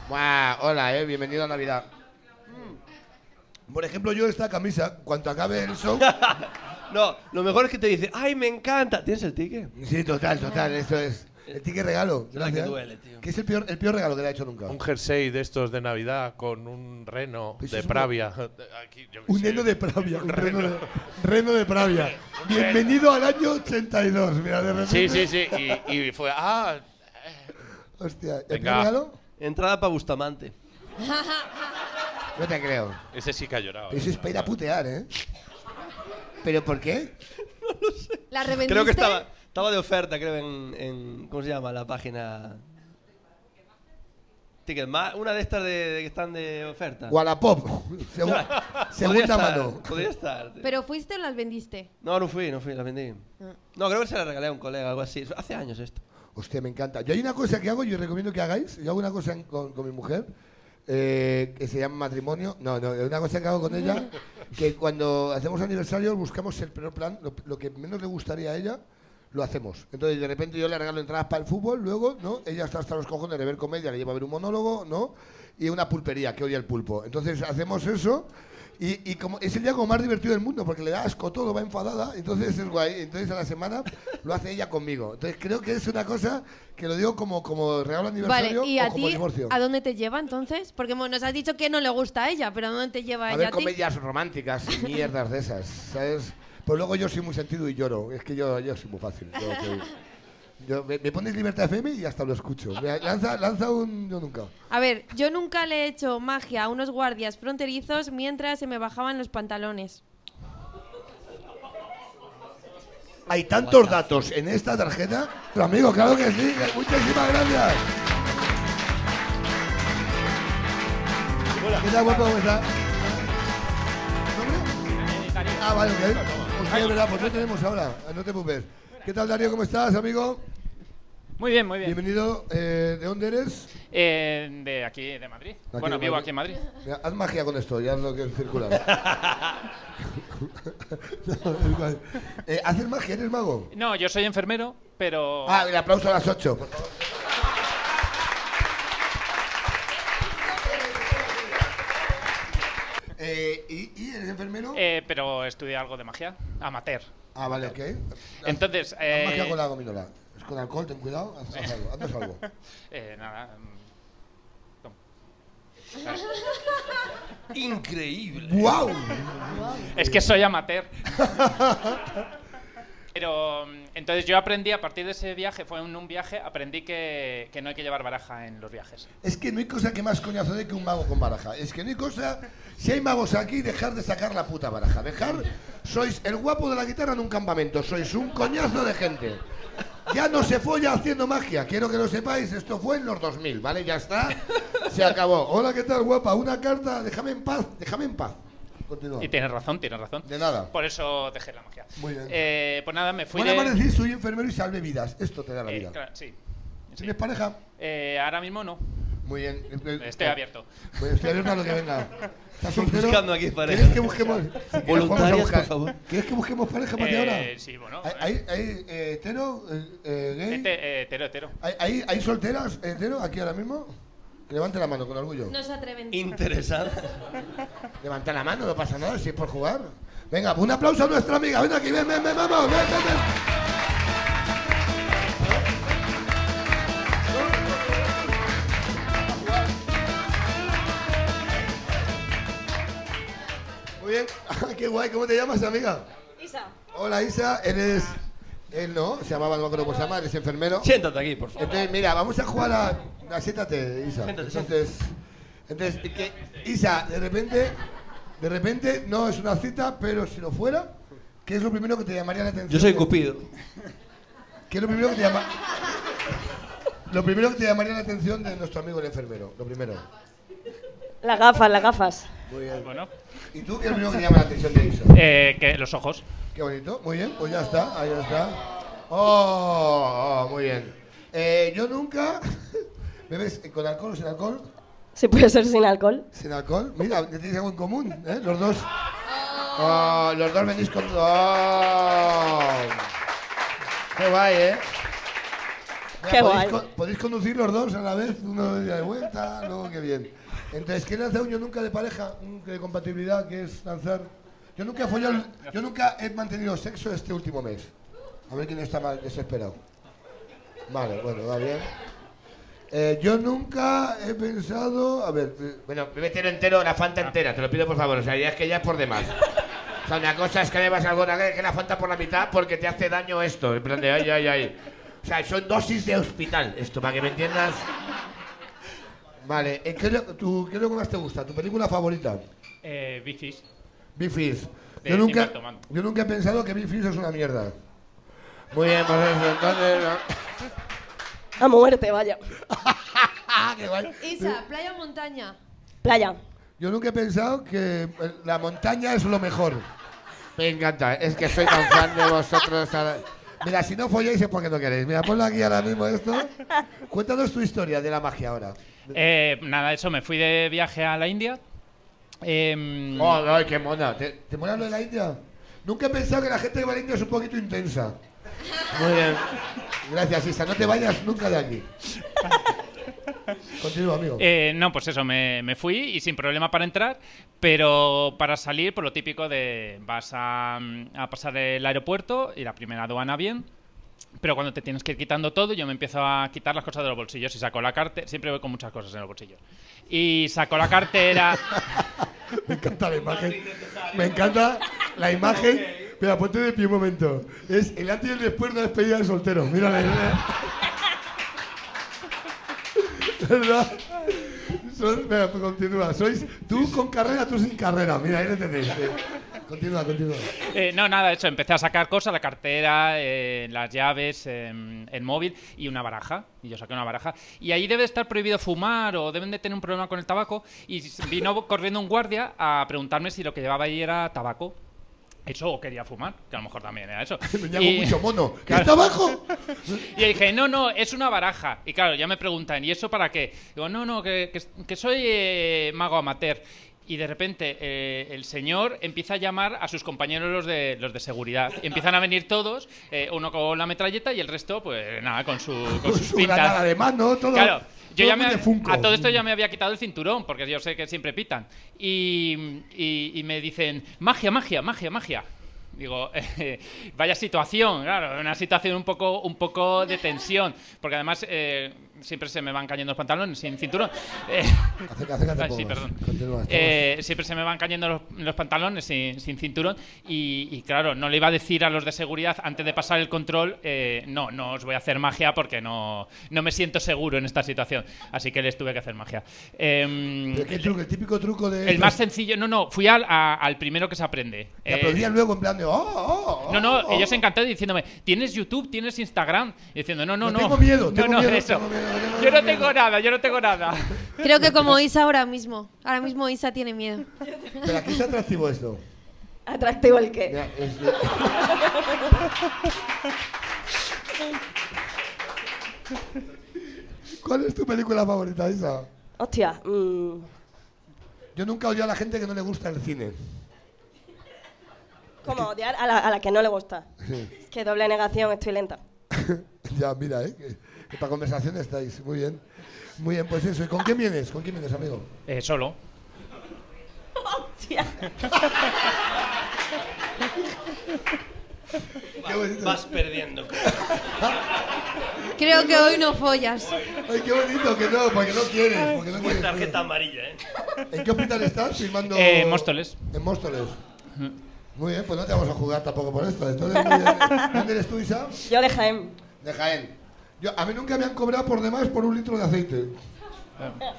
S1: Buah, hola, eh, bienvenido a Navidad. Por ejemplo, yo esta camisa, cuando acabe el show.
S4: No, lo mejor es que te dice, ay, me encanta. ¿Tienes el ticket?
S1: Sí, total, total, esto es. El ticket regalo.
S4: Es la que
S1: gracias.
S4: duele, tío.
S1: ¿Qué es el peor, el peor regalo que le ha hecho nunca?
S6: Un jersey de estos de Navidad con un reno
S1: Eso
S6: de
S1: Pues es un-
S6: Pravia. Aquí, yo qué
S1: Un
S6: sé.
S1: reno de Pravia. Un reno de, reno de Pravia.
S6: Un reno.
S1: Bienvenido al año 82. Mira, de repente.
S6: Sí, sí, sí. Y, y fue, ah,
S1: Hostia, ¿el
S6: Venga.
S1: peor regalo?
S4: Entrada para Bustamante.
S1: No te creo.
S6: ese sí que ha llorado.
S1: Eso es para ir a putear, ¿eh? ¿Pero por qué?
S2: ¿La revendiste?
S4: Creo que estaba, estaba de oferta, creo, en, en- ¿Cómo se llama? La página. Ticketma- Una de estas de, de que están de oferta.
S1: Wallapop. Segu-
S4: Podría
S1: segunda
S4: estar,
S1: mano.
S4: Podría estar. tío.
S2: ¿Pero Ah. fuiste o las vendiste?
S4: No, no fui, no fui, la vendí. No, creo que se la regalé a un colega, algo así. Hace años esto.
S1: Hostia, me encanta. Yo hay una cosa que hago y os recomiendo que hagáis. Yo hago una cosa en- con, con mi mujer eh, que se llama matrimonio. No, no, hay una cosa que hago con ella que cuando hacemos aniversario buscamos el peor plan, lo, lo que menos le gustaría a ella, lo hacemos. Entonces, de repente yo le regalo entradas para el fútbol, luego, ¿no? Ella está hasta los cojones de ver comedia, le lleva a ver un monólogo, ¿no? Y una pulpería, que odia el pulpo. Entonces, hacemos eso. Y, y como es el día como más divertido del mundo porque le da asco todo, va enfadada, entonces es guay. Entonces a la semana lo hace ella conmigo. Entonces creo que es una cosa que lo digo como, como regalo aniversario
S2: Vale, ¿y
S1: o
S2: a
S1: como
S2: ti
S1: divorcio.
S2: a dónde te lleva entonces? Porque bueno, nos has dicho que no le gusta a ella, pero ¿a dónde te lleva
S1: A
S2: ella
S1: ver
S2: a ti?
S1: comedias románticas y mierdas de esas, ¿sabes? Pues luego yo soy muy sentido y lloro. Es que yo, yo soy muy fácil. Yo, yo- yo- me, me pones Libertad FM y hasta lo escucho. Mira, lanza, lanza un yo nunca.
S2: A ver, yo nunca le he hecho magia a unos guardias fronterizos mientras se me bajaban los pantalones.
S1: Hay tantos datos en esta tarjeta. Pero amigo, claro que sí. que Muchísimas gracias. ¿Qué tal, guapo? ¿Cómo estás? ¿Nombre? Ah, vale, ok. Hostia, es verdad, pues no tenemos ahora. No te preocupes. ¿Qué tal, Darío? ¿Cómo estás, amigo?
S7: Muy bien, muy bien.
S1: Bienvenido. Eh, ¿De dónde eres?
S7: Eh, de aquí, de Madrid.
S1: Aquí
S7: bueno,
S1: de
S7: vivo
S1: Madrid.
S7: aquí en Madrid.
S1: Mira, haz magia con esto, ya es lo que es circular. No, es guay. Eh, ¿Haces magia? ¿Eres mago?
S7: No, yo soy enfermero, pero...
S1: Ah, el aplauso a las 8, por favor. Eh, ¿y, y eres enfermero?
S7: eh, pero estudié algo de magia, amateur.
S1: ah, vale, ok.
S7: Entonces,
S1: Haz magia
S7: eh,
S1: con la gominola. Es con alcohol, ten cuidado, haz, haz algo, haznos algo.
S7: Eh, nada. mm,
S4: Increíble.
S1: ¡Guau!
S7: Es que soy amateur. Pero mm, entonces yo aprendí a partir de ese viaje, fue en un viaje, aprendí que, que no hay que llevar baraja en los viajes.
S1: Es que no hay cosa que más coñazo de que un mago con baraja. Es que no hay cosa... Si hay magos aquí, dejar de sacar la puta baraja. Dejar... Sois el guapo de la guitarra en un campamento. Sois un coñazo de gente. Ya no se folla haciendo magia. Quiero que lo sepáis. Esto fue en los 2000, ¿vale? Ya está. Se acabó. Hola, ¿qué tal, guapa? Una carta. Déjame en paz. Déjame en paz. Continúa.
S7: Y tienes razón, tienes razón.
S1: De nada.
S7: Por eso dejé la magia.
S1: Muy bien.
S7: Eh, pues nada, me fui
S1: Bueno,
S7: de...
S1: para decir, soy enfermero y salve vidas. Esto te da la
S7: Eh,
S1: vida.
S7: claro, sí. Sí.
S1: ¿Tienes pareja?
S7: Eh, ahora mismo no.
S1: Muy bien. eh,
S7: Estoy abierto.
S1: Pues estoy abierto a lo que venga. ¿Estás soltero?
S4: Buscando aquí pareja.
S1: ¿Quieres que busquemos si quieres,
S4: Voluntarias,
S1: vamos a buscar.
S4: por favor.
S1: ¿Quieres que busquemos pareja para ti
S7: Eh,
S1: ahora?
S7: sí, bueno.
S1: ¿Hay, hay, hay, eh, hetero, eh, eh,
S7: eh,
S1: gay?
S7: ete- eh, Hetero, hetero.
S1: ¿Hay, hay, hay solteras hetero aquí ahora mismo? Que levante la mano con orgullo.
S2: No se atreven.
S4: Interesante.
S1: Levanta la mano, no pasa nada, si es por jugar. Venga, un aplauso a nuestra amiga. Ven aquí, ven, ven, ven, vamos. Ven, ven, ven. Muy bien, qué guay. ¿Cómo te llamas, amiga?
S2: Isa.
S1: Hola, Isa. Eres... Él no, se llamaba, no me acuerdo cómo se llama, eres enfermero.
S4: Siéntate aquí, por favor.
S1: Entonces, mira, vamos a jugar a. a- siéntate, Isa.
S4: Siéntate,
S1: entonces, entonces que- Isa, de repente, de repente no es una cita, pero si lo fuera, ¿qué es lo primero que te llamaría la atención?
S4: Yo soy Cupido.
S1: ¿Qué es lo primero que te llama? Lo primero que te llamaría la atención de nuestro amigo el enfermero, lo primero.
S8: Las gafas, las gafas.
S1: Muy bien.
S7: Bueno,
S1: ¿Y tú qué es lo primero que te llama la atención de Isa?
S7: eh, que los ojos.
S1: Qué bonito, muy bien, pues ya está, ahí está. Oh, oh, muy bien. Eh, yo nunca. ¿Bebes con alcohol o sin alcohol?
S8: ¿Se puede ser sin alcohol?
S1: Sin alcohol. Mira, tenéis algo en común, ¿eh? Los dos. Oh, los dos venís con. Oh. Qué guay, ¿eh? Mira,
S8: Qué
S1: podéis,
S8: guay.
S1: co- podéis conducir los dos a la vez, uno de vuelta, luego qué bien. Entonces, ¿qué lanza un yo nunca de pareja? Un de compatibilidad, que es lanzar. Yo nunca he follado- yo nunca he mantenido sexo este último mes. A ver quién está más desesperado. Vale, bueno, va bien. Eh, yo nunca he pensado. A ver, eh,
S9: Bueno, bébete entero, la
S7: Ah.
S9: Fanta entera, te lo pido por favor. O sea, ya es que ya es por demás. O sea, una cosa es que bebas algo de- que la Fanta por la mitad porque te hace daño esto. En plan de, ay, ay, ay. O sea, son dosis de hospital, esto, para que me entiendas.
S1: vale. eh, ¿qué, es lo- tú- qué es lo que más te gusta? ¿Tu película favorita?
S7: Eh, bicis.
S1: Big Fish.
S7: De
S1: Yo nunca,
S7: Timberto Man.
S1: yo nunca he pensado que Big Fish es una mierda.
S9: Muy bien, pues eso, entonces. ¿no?
S8: A muerte, vaya.
S1: Ah, qué guay.
S2: Isa, playa o montaña.
S8: Playa.
S1: Yo nunca he pensado que eh, la montaña es lo mejor.
S9: Me encanta, es que soy tan fan de vosotros. ahora.
S1: Mira, si no folláis es porque no queréis. Mira, ponlo aquí ahora mismo esto. Cuéntanos tu historia de la magia ahora.
S7: Eh, nada, eso, me fui de viaje a la India. Em,
S9: Oh, ay, qué mona. te-
S1: ¿Te mola lo de la India? Nunca he pensado que la gente de la India es un poquito intensa.
S9: Muy bien.
S1: Gracias, Isa. No te vayas nunca de aquí. Continúa, amigo.
S7: eh, no, pues eso, me, me fui y sin problema para entrar, pero para salir, por lo típico de vas a, mm, a pasar el aeropuerto y la primera aduana bien. Pero cuando te tienes que ir quitando todo, yo me empiezo a quitar las cosas de los bolsillos y saco la cartera. Siempre voy con muchas cosas en los bolsillos. Y saco la cartera.
S1: Me encanta la imagen. Me encanta la imagen. Pero ponte de pie un momento. Es el antes y el después de la despedida del soltero. Mírala. mírala. ¿Verdad? Son- venga, pues continúa. Sois tú con carrera, tú sin carrera. Mira, ahí lo tenéis. eh. Continúa, continúa.
S7: Eh, no, nada, eso. Empecé a sacar cosas, la cartera, eh, las llaves, em, el móvil y una baraja. Y yo saqué una baraja. Y ahí debe estar prohibido fumar o deben de tener un problema con el tabaco. Y s- vino corriendo un guardia a preguntarme si lo que llevaba ahí era tabaco. Eso o quería fumar, que a lo mejor también era eso.
S1: Me llamo
S7: Y-
S1: mucho mono. ¿Qué está abajo?
S7: y dije, no, no, es una baraja. Y claro, ya me preguntan, ¿y eso para qué? Digo, no, no, que, que- que soy eh, mago amateur. Y de repente eh, el señor empieza a llamar a sus compañeros los de, los de seguridad. Y empiezan a venir todos, eh, uno con la metralleta y el resto, pues nada, con, su, con
S1: Con
S7: sus
S1: su
S7: pintas.
S1: granada de mano, todo.
S7: Claro, yo
S1: todo
S7: ya me,
S1: muy de Funko.
S7: a todo esto ya me había quitado el cinturón, porque yo sé que siempre pitan. Y, y- y me dicen, magia, magia, magia, magia. Digo, eh, vaya situación, claro, una situación un poco, un poco de tensión, porque además eh, siempre se me van cayendo los pantalones sin cinturón. Eh,
S1: Acércate, acércate
S7: Ay,
S1: un
S7: sí,
S1: poco.
S7: perdón.
S1: Continúa, estamos-
S7: Eh, siempre se me van cayendo los, los pantalones sin, sin cinturón y, y, claro, no le iba a decir a los de seguridad antes de pasar el control, eh, no, no os voy a hacer magia porque no, no me siento seguro en esta situación. Así que les tuve que hacer magia. Em,
S1: Pero qué truco, el típico truco de.
S7: el más sencillo, no, no, fui al, a- al primero que se aprende.
S1: Te
S7: Eh,
S1: aplaudían luego en plan de. "Oh, oh, oh,
S7: no, no,
S1: oh".
S7: ellos encantados diciéndome, ¿tienes YouTube? ¿Tienes Instagram? Y diciendo, no, no,
S1: No,
S7: no.
S1: tengo miedo,
S7: no,
S1: tengo
S7: no,
S1: miedo,
S7: eso.
S1: tengo miedo, tengo
S7: Yo no
S1: miedo.
S7: tengo nada, yo no tengo nada.
S2: Creo que como Isa ahora mismo. Ahora mismo Isa tiene miedo.
S1: Pero aquí es atractivo esto.
S8: Atractivo el qué.
S1: Mira, es- ¿Cuál es tu película favorita, Isa?
S8: Hostia. mm,
S1: Yo nunca odio a la gente que no le gusta el cine.
S8: como odiar a la, a la que no le gusta. Que doble negación, estoy lenta.
S1: ya, mira, ¿eh? Que, que para conversación estáis. Muy bien. Muy bien, pues eso. ¿Y con quién vienes? ¿Con quién vienes, amigo?
S7: Eh, solo.
S8: Hostia.
S1: Qué bonito.
S4: Vas perdiendo.
S2: Creo que hoy no follas.
S1: Ay, qué bonito que no, porque no quieres. Porque no quieres.
S4: Tarjeta amarilla, ¿eh?
S1: ¿En qué hospital estás filmando?
S7: Eh, Móstoles.
S1: En Móstoles. Muy bien, pues no te vamos a jugar tampoco por esto. Entonces, muy bien. ¿dónde eres tú, Isa?
S8: Yo de Jaén.
S1: De Jaén. Yo, a mí nunca me han cobrado por demás por un litro de aceite.
S7: Ah.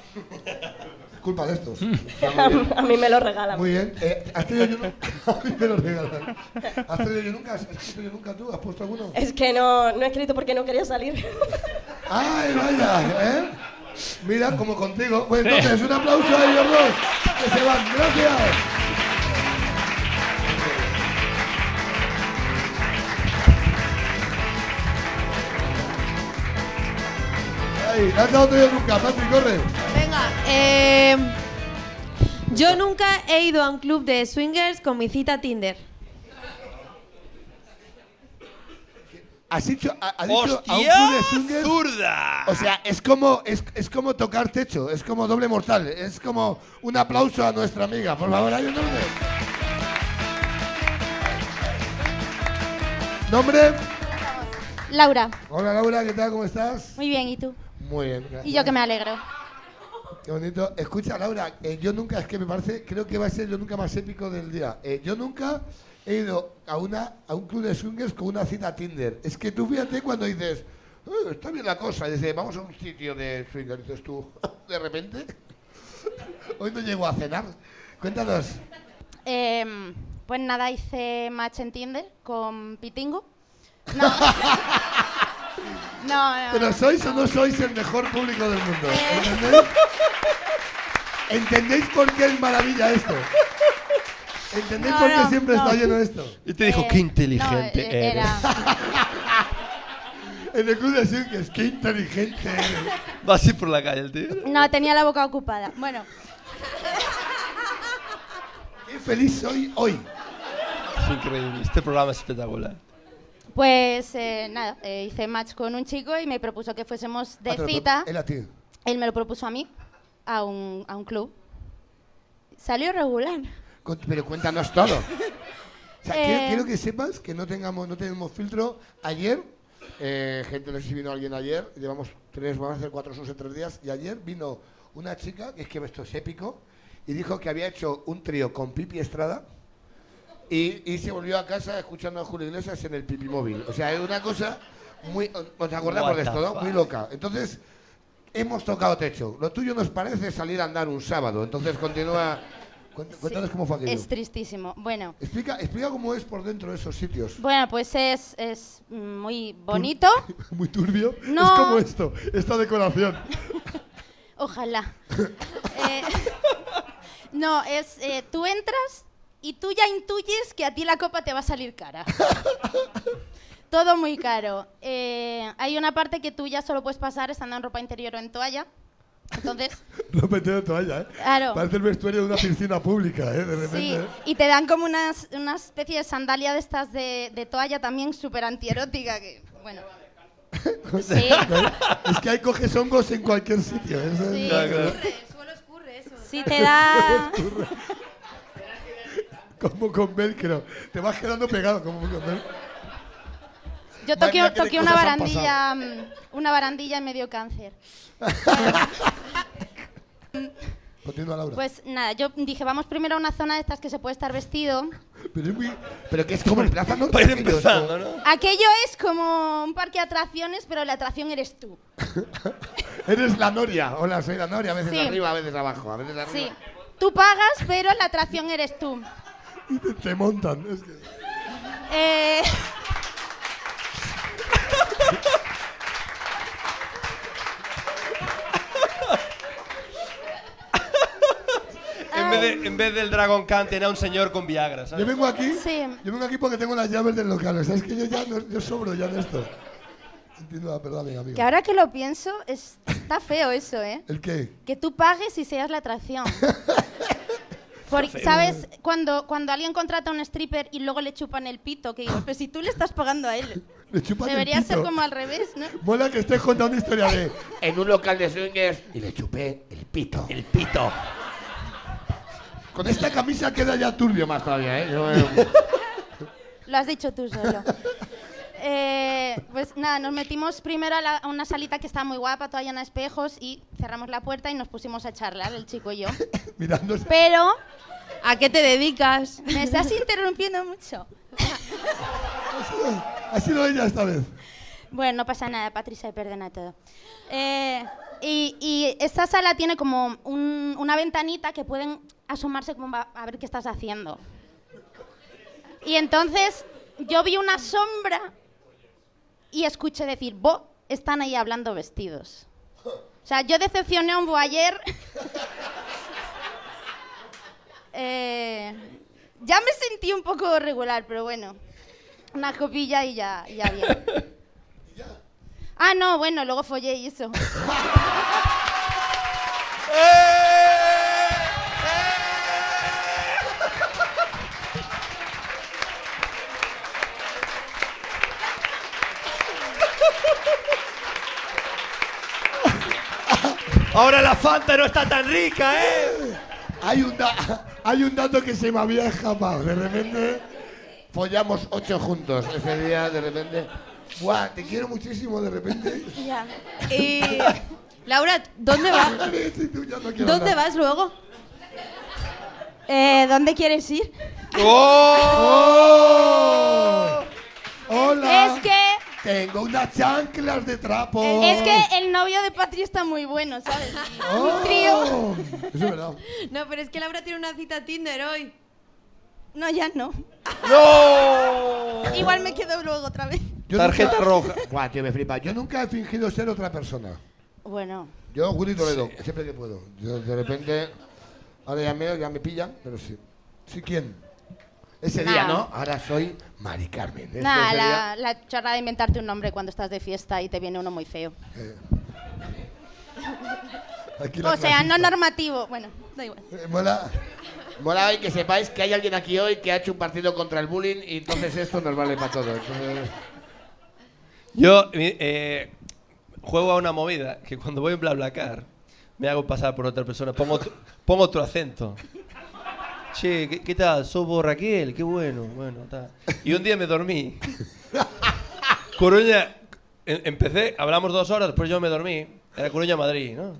S1: Culpa de estos. Está muy bien.
S8: a mí me lo regalan.
S1: Muy bien. Eh, ¿Has traído yo nunca? A mí me lo regalan. ¿Has traído yo nunca? ¿Has traído yo nunca tú? ¿Has puesto alguno?
S8: Es que no, no he escrito porque no quería salir.
S1: ¡Ay, vaya! ¿eh? Mira, como contigo. Pues entonces, un aplauso a ellos dos que se van. ¡Gracias! ¡Ay! ¡No has dado todavía nunca! ¡Patri, corre!
S2: Venga, eh, yo nunca he ido a un club de swingers con mi cita Tinder.
S1: Has dicho, ha, ha dicho a un
S4: ¡Hostia!
S1: club de swingers-
S4: ¡Zurda!
S1: O sea, es como, es, es como tocar techo, es como doble mortal, es como un aplauso a nuestra amiga. Por favor, hay un nombre. ¿Nombre?
S10: Laura.
S1: Hola Laura, ¿qué tal? ¿Cómo estás?
S10: Muy bien, ¿y tú?
S1: Muy bien. gracias.
S10: Y yo que me alegro.
S1: Qué bonito. Escucha, Laura, eh, yo nunca, es que me parece, creo que va a ser yo nunca más épico del día. Eh, yo nunca he ido a, una, a un club de swingers con una cita Tinder. Es que tú fíjate cuando dices, "Eh, está bien la cosa, y dices, vamos a un sitio de swingers, y dices tú, de repente, hoy no llego a cenar. Cuéntanos.
S10: Em, pues nada, hice match en Tinder con Pitingo. No. no, no.
S1: ¿Pero sois o no sois el mejor público del mundo? ¿Entendéis? ¿Entendéis por qué es maravilla esto? ¿Entendéis
S10: No,
S1: por qué
S10: no,
S1: siempre
S10: no.
S1: está lleno esto?
S4: Y te dijo,
S10: Eh,
S4: qué
S10: no,
S4: inteligente
S10: eh,
S4: eres.
S10: era-
S1: En el club de swingers, qué inteligente eres.
S4: Va así por la calle el tío.
S10: No, tenía la boca ocupada. Bueno,
S1: Qué feliz soy hoy.
S4: Es increíble. Este programa es espectacular.
S10: pues eh, nada, eh, hice match con un chico y me propuso que fuésemos de
S1: Ah, te lo pro-
S10: cita.
S1: Él a ti.
S10: Él me lo propuso a mí, a un, a un club. Salió regular.
S1: Cu- Pero cuéntanos todo. O sea,
S10: Eh,
S1: quiero, quiero que sepas que no tengamos, no tenemos filtro. Ayer, eh, gente, no sé si vino alguien ayer, llevamos tres, vamos a hacer cuatro shows en tres días, y ayer vino una chica, que es que esto es épico, y dijo que había hecho un trío con Pipi Estrada y, y se volvió a casa escuchando a Julio Iglesias en el Pipi Móvil. O sea, es una cosa muy... ¿Os acordamos
S4: What
S1: de
S4: the
S1: esto, no?
S4: fuck.
S1: Muy loca. Entonces, hemos tocado techo. Lo tuyo nos parece salir a andar un sábado. Entonces, continúa... Cuént- Cuéntanos cómo fue aquello.
S10: Es tristísimo. Bueno,
S1: Explica, explica cómo es por dentro esos sitios.
S10: bueno pues es, es muy bonito.
S1: Muy turbio.
S10: No.
S1: Es como esto, esta decoración.
S10: Ojalá. Eh, no, es eh, tú entras y tú ya intuyes que a ti la copa te va a salir cara. Todo muy caro. Eh, hay una parte que tú ya solo puedes pasar estando en ropa interior o en toalla. Entonces,
S1: No me tengo toalla, ¿eh?
S10: Claro.
S1: Parece el vestuario de una piscina pública, ¿eh? De repente.
S10: sí.
S1: ¿eh?
S10: Y te dan como unas, una especie de sandalia de estas de, de toalla también súper antierótica. Que, bueno. Sí.
S1: Es que hay coges hongos en cualquier sitio. ¿eh? Eso es-
S10: Sí.
S2: Solo escurre eso.
S10: Sí, te da.
S1: Como con velcro. Te vas quedando pegado como con velcro.
S10: Yo
S1: Madre
S10: toqué,
S1: mía, qué de
S10: toqué una
S1: cosas han
S10: barandilla, mm, una barandilla y me dio cáncer.
S1: Continúa, Laura.
S10: Pues nada, yo dije, vamos primero a una zona de estas que se puede estar vestido.
S1: Pero es muy... Pero que es como el plaza norte.
S4: Para ir
S1: aquello,
S4: empezando,
S1: esto.
S4: ¿no?
S10: Aquello es como un parque de atracciones, pero la atracción eres tú.
S1: Eres la noria. Hola, soy la noria. A veces
S10: Sí.
S1: arriba, a veces abajo, a veces
S10: Sí.
S1: arriba.
S10: Tú pagas, pero la atracción eres tú.
S1: Te, te montan. es que-
S10: Eh,
S4: En vez, de- en vez del Dragon Khan, era un señor con Viagra,
S1: Yo
S4: ¿sabes?
S1: vengo aquí,
S10: Sí.
S1: yo vengo aquí porque tengo las llaves del local. O sea, es que yo ya no, yo sobro ya de esto. Continúa, perdón, amiga, amigo.
S10: que ahora que lo pienso, es- está feo eso, ¿eh?
S1: ¿El qué?
S10: Que tú pagues y seas la atracción. Porque, ¿sabes? Cuando, cuando alguien contrata a un stripper y luego le chupan el pito, que digo, pero si tú le estás pagando a él.
S1: Le chupan el
S10: Debería ser
S1: pito.
S10: como al revés, ¿no?
S1: Mola que estés contando historia de...
S9: En un local de swingers.
S1: Y le chupé el pito.
S9: El pito.
S1: Con esta camisa queda ya turbio más todavía, ¿eh? Yo, eh,
S10: Lo has dicho tú solo. Eh, pues nada, nos metimos primero a, la- a una salita que estaba muy guapa, toda llena de espejos, y cerramos la puerta y nos pusimos a charlar, el chico y yo.
S1: mirándose.
S10: Pero
S2: ¿A qué te dedicas?
S10: me estás interrumpiendo mucho.
S1: Ha sido ella esta vez.
S10: Bueno, no pasa nada, Patri se perdona todo. Eh, y, y esta sala tiene como un- una ventanita que pueden asomarse como va- a ver qué estás haciendo. Y entonces yo vi una sombra y escuché decir, bo, están ahí hablando vestidos. O sea, yo decepcioné a un boyer. Eh, ya me sentí un poco regular, pero bueno. Una copilla y ya, ya bien. Ah, no, bueno, luego follé y eso.
S1: ¡Eh!
S4: Ahora la Fanta no está tan rica, ¿eh?
S1: Hay un, da- hay un dato que se me había escapado. De repente follamos ocho juntos. Ese día, de repente... Buah, te quiero muchísimo de repente.
S10: Ya.
S2: Eh, Laura, ¿dónde vas?
S1: Sí, tú ya no quiero
S2: ¿Dónde
S1: hablar.
S2: vas luego?
S10: Eh, ¿Dónde quieres ir?
S1: ¡Oh! Hola. Oh.
S10: Es que
S1: Tengo unas chanclas de trapo.
S10: Eh, es que el novio de Patri está muy bueno, ¿sabes?
S1: Oh.
S10: Un trío.
S1: Eso es verdad.
S2: No, pero es que Laura tiene una cita Tinder hoy.
S10: No, ya no.
S4: ¡No!
S10: Igual me quedo luego otra vez.
S4: Tarjeta roja.
S9: Guau, tío, me flipa.
S1: Yo
S9: Yo no...
S1: nunca he fingido ser otra persona.
S10: Bueno,
S1: Yo, Willy Toledo, siempre que puedo. Yo, de repente, ahora ya me, ya me pillan, pero sí. ¿Sí quién? Ese día,
S10: Nah.
S1: ¿no? Ahora soy Mari Carmen. ¿eh?
S10: nada,
S1: Ese
S10: la, la chorra de inventarte un nombre cuando estás de fiesta y te viene uno muy feo.
S1: día, eh, aquí la
S10: O sea, no
S1: clasista.
S10: normativo. Bueno, da igual.
S1: Eh, mola.
S9: Mola hoy que sepáis que hay alguien aquí hoy que ha hecho un partido contra el bullying y entonces esto nos vale para todo. Entonces,
S4: Yo mi- eh, juego a una movida que cuando voy en BlaBlaCar me hago pasar por otra persona, pongo otro, pongo otro acento. Che, ¿qué, qué tal? Soy vos, Raquel, qué bueno, bueno, tal. Y un día me dormí. Coruña, em- empecé, hablamos dos horas, después yo me dormí. Era Coruña, Madrid, ¿no?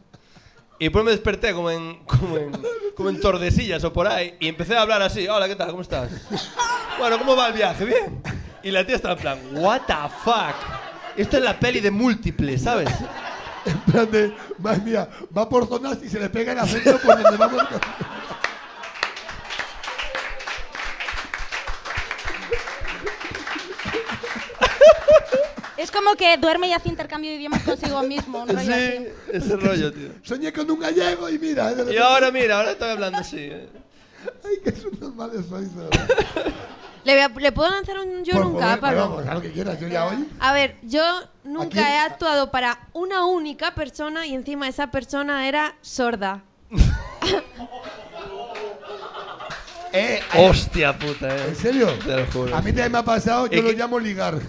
S4: Y después me desperté como en, como en, como en Tordesillas o por ahí y empecé a hablar así. Hola, ¿qué tal? ¿Cómo estás? Bueno, ¿cómo va el viaje? Bien. Y la tía está en plan, what the fuck. Esto es la peli de múltiple, ¿sabes?
S1: En plan de, madre mía, va por zonas y se le pega el acento por donde vamos.
S10: Es como que duerme y hace intercambio de idiomas consigo mismo. Un rollo
S4: Sí,
S10: así.
S4: ese rollo, tío.
S1: Soñé con un gallego y mira. eh, de
S4: Y
S1: repente-
S4: ahora mira, ahora estoy hablando así. ¿eh?
S1: Ay, que son unos males sois, de verdad.
S2: ¿Le, voy a- ¿le puedo lanzar un yo
S1: Por
S2: nunca,
S1: favor,
S2: Pablo?
S1: pero vamos, haz lo que quieras, yo ya hoy.
S2: A ver, yo nunca
S1: Aquí-
S2: he actuado para una única persona y encima esa persona era sorda.
S1: Eh, ay,
S4: Hostia puta, eh.
S1: ¿En serio?
S4: Te lo juro.
S1: A mí también me ha pasado, yo
S4: Es
S1: lo
S4: que-
S1: llamo ligar.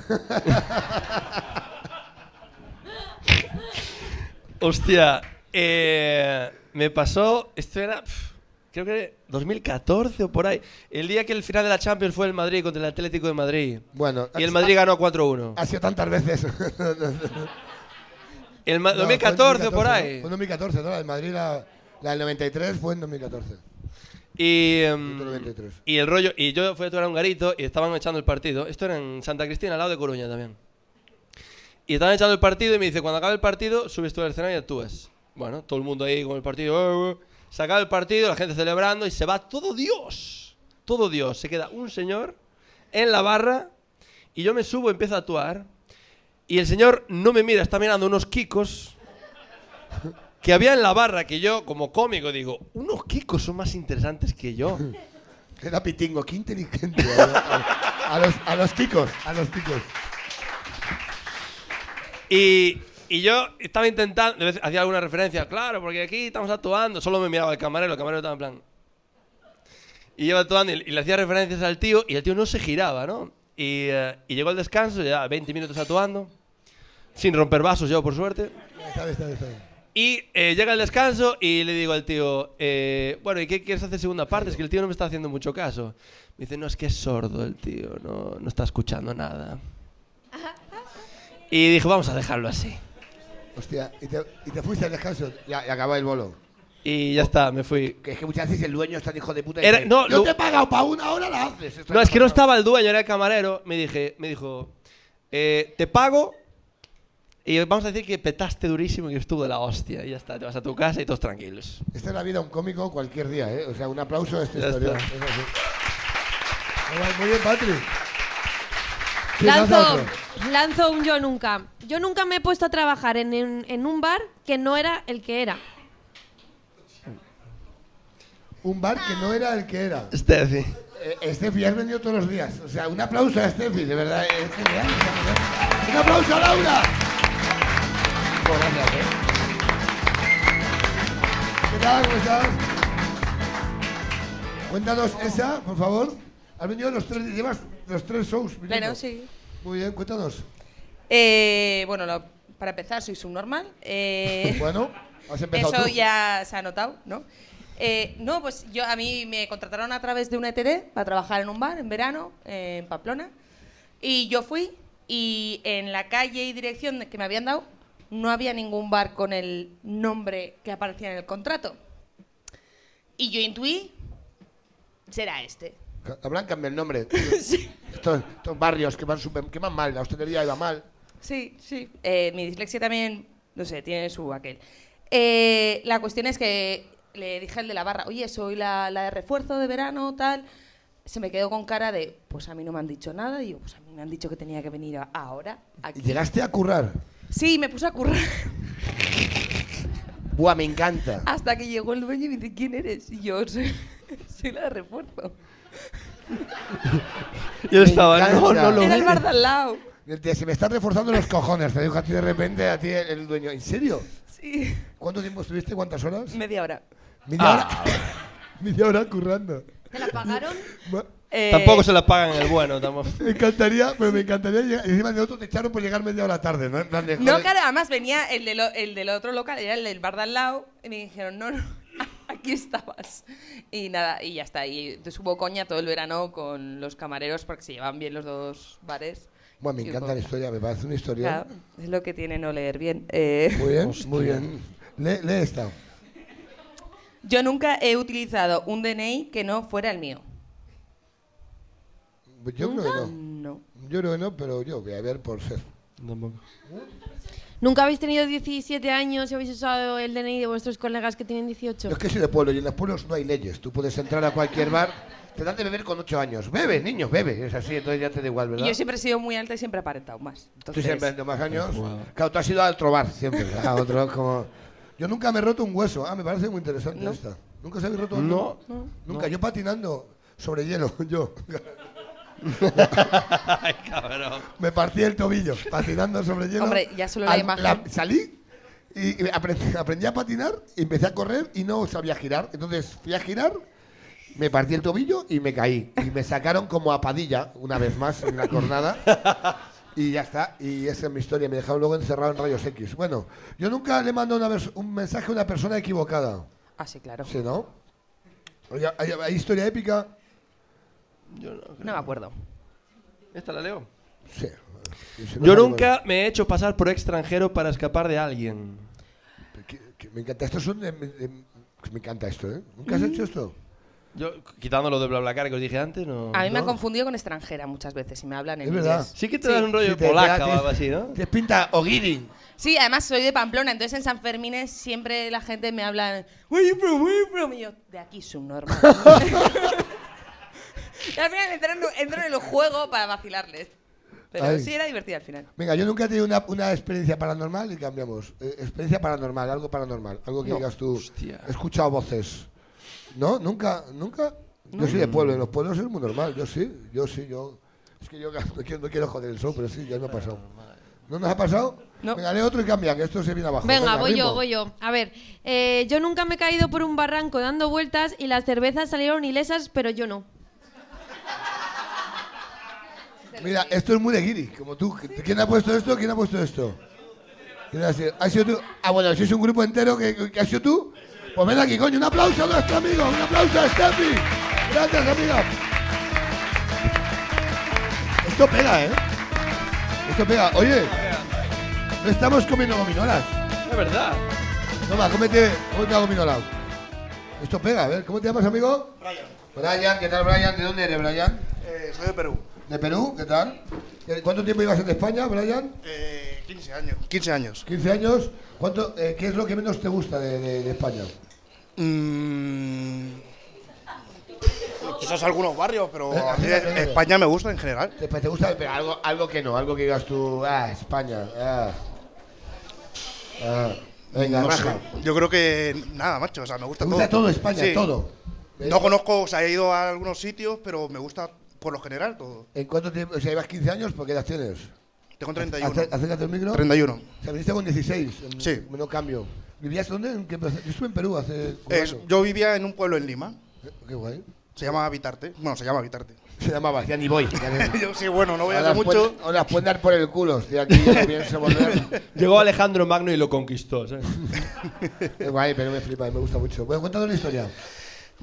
S4: Hostia, eh, me pasó, esto era, pf, creo que era 2014 o por ahí, el día que el final de la Champions fue el Madrid contra el Atlético de Madrid.
S1: Bueno,
S4: Y el Madrid ganó 4-1.
S1: ha sido tantas veces.
S4: El ma-
S1: No,
S4: 2014 o por
S1: ¿no?
S4: ahí.
S1: Fue en 2014, ¿no? La de Madrid, la, la del 93 fue en 2014.
S4: Y, em,
S1: Otro 93.
S4: y el rollo, y yo fui a tomar un garito y estaban echando el partido. Esto era en Santa Cristina, al lado de Coruña también. Y estaban echando el partido y me dice, cuando acabe el partido, subes tú al escenario y actúas. Bueno, todo el mundo ahí con el partido. "Eh, eh". Se acaba el partido, la gente celebrando y se va todo Dios. Todo Dios. Se queda un señor en la barra y yo me subo, empiezo a actuar. Y el señor no me mira, está mirando unos kikos que había en la barra que yo, como cómico, digo, unos kikos son más interesantes que yo.
S1: Era pitingo, qué inteligente. A, a- a los, a los ticos, a los ticos.
S4: Y, y yo estaba intentando, de vez- hacía alguna referencia, claro, porque aquí estamos actuando, solo me miraba el camarero, el camarero estaba en plan. Y yo actuando y, y le hacía referencias al tío y el tío no se giraba, ¿no? Y, eh, y llegó el descanso, ya 20 minutos actuando, sin romper vasos yo, por suerte.
S1: Está bien, está bien, está bien.
S4: Y eh, llega el descanso y le digo al tío, eh, bueno, ¿y qué quieres hacer segunda parte? Es que el tío no me está haciendo mucho caso. Me dice, no, es que es sordo el tío, no, no está escuchando nada. Y dijo, vamos a dejarlo así.
S1: Hostia, y te, y te fuiste al descanso.
S9: ya, ya acabó el bolo.
S4: Y ya está, me fui.
S9: Que es que muchas veces el dueño está el hijo de puta. y
S4: Era-
S9: dice,
S4: no,
S9: yo
S4: lo-
S9: te he pagado para una hora la haces. Esto
S4: No, es que no estaba el dueño, era el camarero. Me, dije, me dijo, eh, te pago y vamos a decir que petaste durísimo y estuvo de la hostia. Y ya está, te vas a tu casa y todos tranquilos.
S1: Esta es la vida de un cómico cualquier día, ¿eh? O sea, un aplauso a este
S4: Ya
S1: historión.
S4: está.
S1: Es así. Muy bien, Muy bien, Patri. Sí, lanza
S2: Lanzo,
S1: otro.
S2: lanzo un yo nunca. Yo nunca me he puesto a trabajar en, en- en un bar que no era el que era.
S1: Un bar que no era el que era.
S4: Steffi.
S1: Eh, Estefi, has venido todos los días. O sea, un aplauso a Estefi, de verdad. Es genial. ¡Un aplauso a Laura! Pues gracias, ¿eh? ¿Qué tal? ¿Cómo estás? Cuéntanos esa, por favor. Has venido los tres, llevas los tres shows. viniendo.
S11: Claro, sí.
S1: Muy bien, cuéntanos.
S11: Eh, bueno, lo- para empezar, soy subnormal. Eh,
S1: Bueno, has empezado
S11: eso
S1: tú.
S11: ya se ha notado, ¿no? Eh, no, pues yo a mí me contrataron E a través de una ETD para trabajar en un bar en verano eh, en Pamplona. Y yo fui y en la calle y dirección que me habían dado no había ningún bar con el nombre que aparecía en el contrato. Y yo intuí, será este.
S1: Ca- Habrán cambiado el nombre. estos, estos barrios que van, súper- que van mal, la hostelería iba mal.
S11: Sí, sí. Eh, mi dislexia también, no sé, tiene su aquel. Eh, la cuestión es que le dije al de la barra, oye, soy la, la de refuerzo de verano, tal. Se me quedó con cara de, pues a mí no me han dicho nada. Y yo, pues a mí me han dicho que tenía que venir a- ahora.
S1: Y
S11: Aquí.
S1: Llegaste a currar.
S11: Sí, me puse a currar
S1: Buah, me encanta.
S11: hasta que llegó el dueño y me dice, ¿quién eres? Y yo, soy, soy la de refuerzo.
S4: Yo
S1: Me
S4: estaba, no,
S1: encanta.
S4: no lo
S11: Era el bar de al lado.
S1: El tío, Se me están reforzando los cojones, te dijo a ti de repente, a ti el dueño. ¿En serio?
S11: Sí.
S1: ¿Cuánto tiempo estuviste? ¿Cuántas horas?
S11: Media hora.
S1: Media
S4: Ah.
S1: hora. Media hora currando.
S2: ¿Te la pagaron?
S1: Ma-
S11: Eh,
S4: Tampoco se la pagan en el bueno, tampoco.
S1: Me encantaría, pero me encantaría llegar. y Encima de otro te echaron por llegar media hora tarde, ¿no? En plan de,
S11: No,
S1: joder,
S11: claro, además venía el, del o- el del otro local, era el del bar de al lado, y me dijeron, no, no, aquí estabas. Y nada, y ya está. Y entonces hubo coña todo el verano con los camareros porque se llevan bien los dos bares.
S1: Buah, me
S11: Y
S1: encanta
S11: hubo-
S1: la historia, me parece una historia. ¿eh?
S11: Claro, es lo que tiene no leer bien. Eh,
S1: Muy bien, muy bien. Lee, lee esta.
S11: Yo nunca he utilizado un DNI que no fuera el mío.
S1: Yo creo que no.
S11: No.
S1: Yo creo que no, pero yo voy a ver por ser.
S2: ¿Nunca habéis tenido 17 años y habéis usado el DNI de vuestros colegas que tienen 18?
S1: Yo es que soy de pueblo y en los pueblos no hay leyes. Tú puedes entrar a cualquier bar, te dan de beber con 8 años. Bebe, niños, bebe. Es así, entonces ya te da igual,
S11: Y
S1: ¿verdad?
S11: yo siempre he sido muy alta y siempre he aparentado más.
S1: Tú
S11: Entonces,
S1: siempre de más años. Claro, tú has ido a otro bar siempre. ¿verdad? A otro, como... Yo nunca me he roto un hueso. Ah, me parece muy interesante esta. ¿Nunca se habéis roto un
S4: No.
S1: Nunca. Yo patinando sobre hielo, yo.
S4: Ay, cabrón.
S1: Me partí el tobillo patinando sobre hielo.
S11: Hombre, ya solo la
S1: Al-
S11: imagen.
S1: salí y y aprendí, aprendí a patinar, empecé a correr y no sabía girar. Entonces fui a girar, me partí el tobillo y me caí. Y me sacaron como a padilla una vez más en la jornada. Y ya está, y esa es mi historia. Me dejaron luego encerrado en rayos X. Bueno, yo nunca le mando una vers- un mensaje a una persona equivocada.
S11: Ah, sí, claro.
S1: ¿Sí, no? Oye, ¿Hay, hay historia épica?
S4: Yo no,
S11: No me acuerdo.
S4: ¿Esta la leo?
S1: Sí. Si no
S4: Yo
S1: me
S4: nunca me he hecho pasar por extranjero para escapar de alguien.
S1: acuerdo. Que Me encanta, esto es un- em- em- me encanta esto, ¿eh? ¿Nunca has
S2: Mm.
S1: hecho esto?
S4: Yo, quitándolo de BlaBlaCar que os dije antes, no.
S11: A mí me han
S4: no.
S11: confundido con extranjera muchas veces y me hablan en
S4: Es verdad.
S11: inglés.
S4: Sí que te dan un rollo
S1: Sí, te-
S4: polaca
S1: te-
S4: o algo así, ¿no?
S1: Te pinta O'Giri.
S11: Sí, además soy de Pamplona, entonces en San Fermín es- siempre la gente me habla, where you from, where you from?" Y yo, de aquí subnormal. y al final entro en, entro en el juego para vacilarles. Pero
S1: Ay.
S11: sí era divertido al final.
S1: Venga, yo nunca he tenido una, una experiencia paranormal y cambiamos. Eh, experiencia paranormal, algo paranormal, algo que
S4: No.
S1: digas tú.
S4: Hostia.
S1: He escuchado voces. ¿No? ¿Nunca? ¿Nunca? Yo soy de pueblo, en los pueblos es muy normal, yo sí, yo sí, yo... Es que yo no quiero, no quiero joder el show, pero sí, ya me ha pasado. ¿No nos ha pasado? Venga, lee otro y cambia, que esto se viene abajo.
S2: Venga, voy yo,
S1: ritmo.
S2: voy yo. A ver, eh, yo nunca me he caído por un barranco dando vueltas y las cervezas salieron ilesas, pero yo no.
S1: Mira, esto es muy de guiri, como tú. ¿Quién ha puesto esto? ¿Quién ha puesto esto? ¿Quién ha sido? ¿Ha sido tú? Ah, bueno, si es un grupo entero que, que- que has sido tú. Pues ven aquí, coño, un aplauso a nuestro amigo, un aplauso a Steffi. Gracias, amiga. Esto pega, ¿eh? Esto pega. Oye, no estamos comiendo gominolas.
S4: Es verdad.
S1: Toma, cómete, cómete una gominola. Esto pega, a ver, ¿cómo te llamas, amigo? Brian. Brian, ¿qué tal, Brian? ¿De dónde eres, Brian?
S12: soy de Perú.
S1: Eh, ¿De Perú? ¿Qué tal? Eh, ¿Cuánto tiempo ibas en España, Brian?
S12: Eh, 15 años. 15 años.
S1: 15 años. ¿Cuánto, eh, ¿Qué es lo que menos te gusta de, de- de España?
S12: Mm, Quizás algunos barrios, pero
S1: Eh,
S12: a mí
S1: eh, eh, eh.
S12: España me gusta en general.
S1: ¿Te, te gusta pero algo, algo que no? Algo que digas tú, ah, España, ah. Ah, venga,
S12: No
S1: raja.
S12: sé. Yo creo que nada, macho. O sea, me gusta
S1: Me
S12: todo.
S1: gusta todo España,
S12: Oh. Sí.
S1: todo.
S12: No conozco, o sea, he ido a algunos sitios, pero me gusta por lo general todo.
S1: ¿En cuánto tiempo? O sea, ibas 15 años, ¿por qué edad tienes?
S12: Tengo 31.
S1: Acé- Acércate al micro.
S12: 31.
S1: O sea, viniste con 16. en-
S12: Sí.
S1: No cambio. ¿Vivías dónde? ¿En qué plaza? Yo estuve en Perú hace...
S12: Es-
S1: cuatro.
S12: yo vivía en un pueblo en Lima.
S1: Qué guay.
S12: Se llama Habitarte. Bueno, se llama Habitarte.
S1: Se llamaba, ya ni voy. ya ni-
S12: Yo sí, bueno, no voy a
S1: Ahora
S12: hacer
S1: os pueden-
S12: mucho.
S1: ahora os pueden dar por el culo, hostia, aquí yo pienso volver.
S4: Llegó Alejandro Magno y lo conquistó, ¿sabes?
S1: Es guay, pero me flipa, me gusta mucho. Bueno, cuéntanos la historia.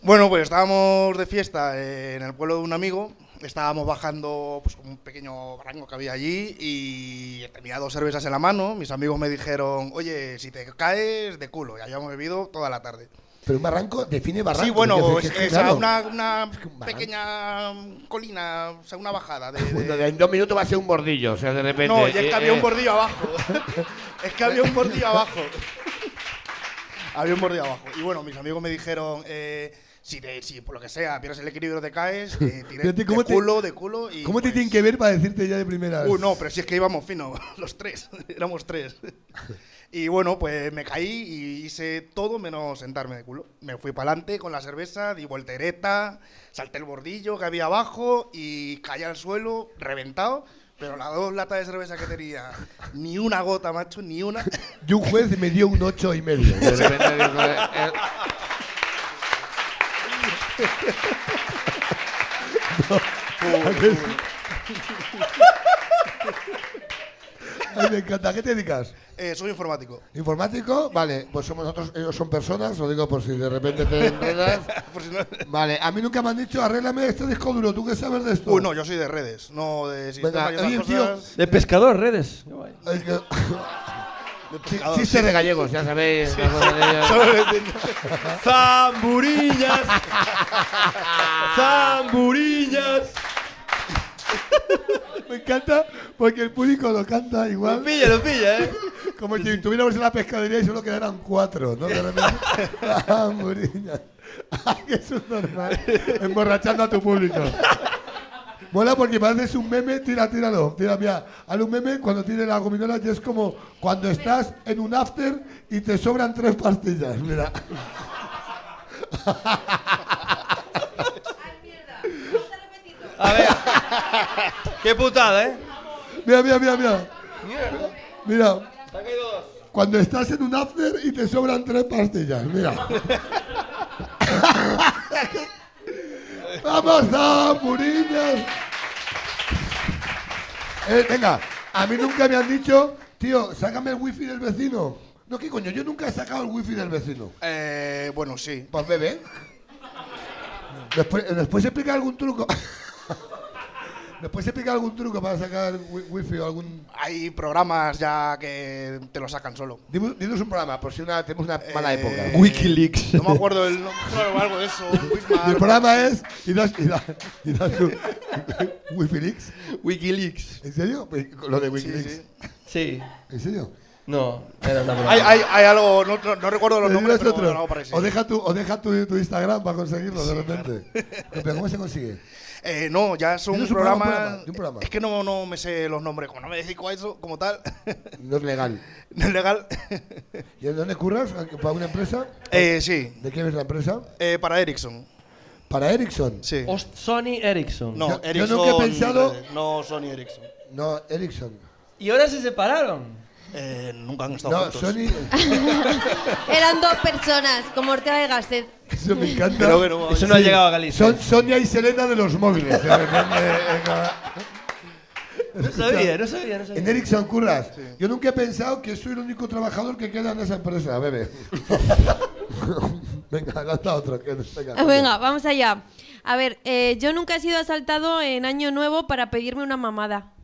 S12: Bueno, pues estábamos de fiesta eh, en el pueblo de un amigo estábamos bajando pues, un pequeño barranco que había allí y tenía dos cervezas en la mano. Mis amigos me dijeron, oye, si te caes, de culo. Ya habíamos bebido toda la tarde.
S1: Pero un barranco define barranco.
S12: sí, bueno,
S1: que
S12: es,
S1: que,
S12: es
S1: claro,
S12: una, una
S1: barranco.
S12: pequeña mm, colina, o sea, una bajada. De, de-
S9: En dos minutos va a ser un bordillo, o sea, de repente.
S12: No, y es
S9: eh,
S12: que había un
S9: eh,
S12: bordillo abajo. es que había un bordillo abajo. había un bordillo abajo. Y bueno, mis amigos me dijeron, eh, si, te- si por lo que sea pierdes el equilibrio te caes, eh, tiré
S1: Fíjate
S12: de
S1: cómo te-
S12: culo, de culo y... pues,
S1: ¿Cómo te tienen que ver para decirte ya de primera?
S12: Uh, no, pero si es que íbamos fino, los tres, éramos tres. Y bueno, pues me caí y hice todo menos sentarme de culo. Me fui para adelante con la cerveza, di voltereta, salté el bordillo que había abajo y caí al suelo, reventado. Pero las dos latas de cerveza que tenía, ni una gota, macho, ni una.
S1: Y un juez me dio un ocho y medio.
S12: De repente
S9: dijo, eh, eh.
S1: Ay, me encanta. ¿A qué te dedicas?
S12: Eh, soy informático.
S1: ¿Informático? Vale, pues somos nosotros, ellos son personas, lo digo por si de repente te enredas.
S12: Por si no-
S1: Vale, a mí nunca me han dicho, arréglame este disco duro, ¿tú qué sabes de esto?
S12: Uy, Uh, no, yo soy de redes, no de
S1: Venga,
S12: sistemas y esas
S1: oye, tío.
S12: cosas.
S4: De pescador, redes.
S1: Ay, que- Sí,
S9: Sí,
S1: se
S9: sí, de
S1: rega-
S9: gallegos, ya sabéis.
S1: Sí.
S9: las cosas de ellos.
S13: Zamburillas.
S1: ¡Zamburillas! Me encanta porque el público lo canta igual. Lo
S4: pilla, lo pilla, ¿eh?
S1: Como si estuviéramos en la pescadería y solo quedaran cuatro, ¿no? De repente, ¡Zamburillas! Ay, que es un normal. Emborrachando a tu público. Mola porque pareces un meme, tira, tíralo, tira, mira, haz un meme cuando tiene la gominola y es como cuando estás en un after y te sobran tres pastillas, mira.
S4: A ver. Qué putada, ¿eh?
S1: Mira, mira, mira, mira.
S4: Mierda.
S1: Mira,
S4: Saqué dos.
S1: cuando estás en un after y te sobran tres pastillas, mira. ¡Vamos, Zamburillas! Eh, venga, a mí nunca me han dicho, tío, sácame el wifi del vecino. No, ¿qué coño? Yo nunca he sacado el wifi del vecino.
S12: Eh, bueno, sí.
S1: Pues bebé. Después, eh, después explica algún truco. después explica algún truco para sacar wi- wifi o algún...
S12: Hay programas ya que te lo sacan solo.
S1: Dime- Dinos un programa, por si una, tenemos una mala
S12: Eh,
S1: época.
S12: Wikileaks. No me acuerdo el nombre. Claro, algo de eso.
S4: Ah,
S1: Y el programa es. Y das, y das, y das un- Wikileaks.
S4: Wikileaks.
S1: ¿En serio? Pues, Lo de Wikileaks.
S12: Sí,
S4: Sí.
S1: ¿En serio?
S4: No, era una broma.
S12: Hay, hay, hay algo, no, no- no recuerdo los
S1: ¿Le
S12: nombres,
S1: dirás
S12: pero
S1: Eh, otro?
S12: algo parecido.
S1: O deja, tu, o deja tu, tu Instagram para conseguirlo de repente. Pero ¿cómo se consigue?
S12: Eh, no, ya son
S1: Dinos
S12: un
S1: un programa,
S12: programa,
S1: un programa, un programa.
S12: Es que no, no me sé los nombres, como no me dedico a eso, como tal,
S1: No es legal.
S12: no es legal.
S1: ¿Y en dónde curras? ¿Para una empresa?
S12: Eh, sí.
S1: ¿De quién es la empresa?
S12: Eh, para Ericsson.
S1: ¿Para Ericsson?
S12: Sí.
S4: Ost-
S1: eh.
S4: Sony Ericsson.
S12: No,
S1: Yo- yo
S12: Ericsson.
S1: nunca he pensado-
S12: eh, No, Sony Ericsson.
S1: No, Ericsson.
S4: ¿Y ahora se separaron?
S12: Eh, nunca han estado
S1: No,
S12: juntos.
S1: Sony.
S2: Eran dos personas, como Ortega y Gasset.
S1: Eso me encanta.
S4: Creo que no- Eso no ha llegado a Galicia.
S1: Son Sonia y Selena de los móviles. de repente, eh, cada-
S4: No sabía, no sabía, no sabía.
S1: En Ericsson Curras. Yo nunca he pensado que soy el único trabajador que queda en esa empresa, bebé. venga, lanza otro. que- venga,
S2: Ah, Venga, vamos allá. A ver, eh, yo nunca he sido asaltado en Año Nuevo para pedirme una mamada.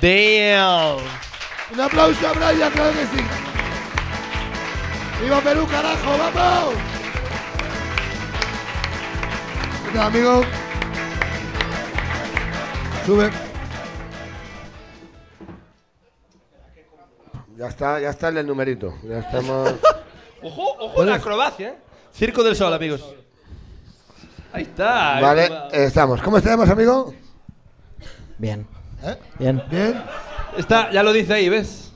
S4: Damn.
S1: Un aplauso a Brian, claro que sí. ¡Viva Perú, carajo! ¡Vamos! ¿Qué tal, amigo? Sube. Ya está, ya está en el numerito. Ya estamos.
S4: Ojo, ojo la acrobacia, ¿eh? Circo del Sol, amigos. Ahí está.
S1: vale, eh, estamos. ¿Cómo estamos, amigo?
S13: Bien.
S1: ¿Eh?
S13: Bien.
S1: Bien.
S4: Está, ya lo dice ahí, ¿ves?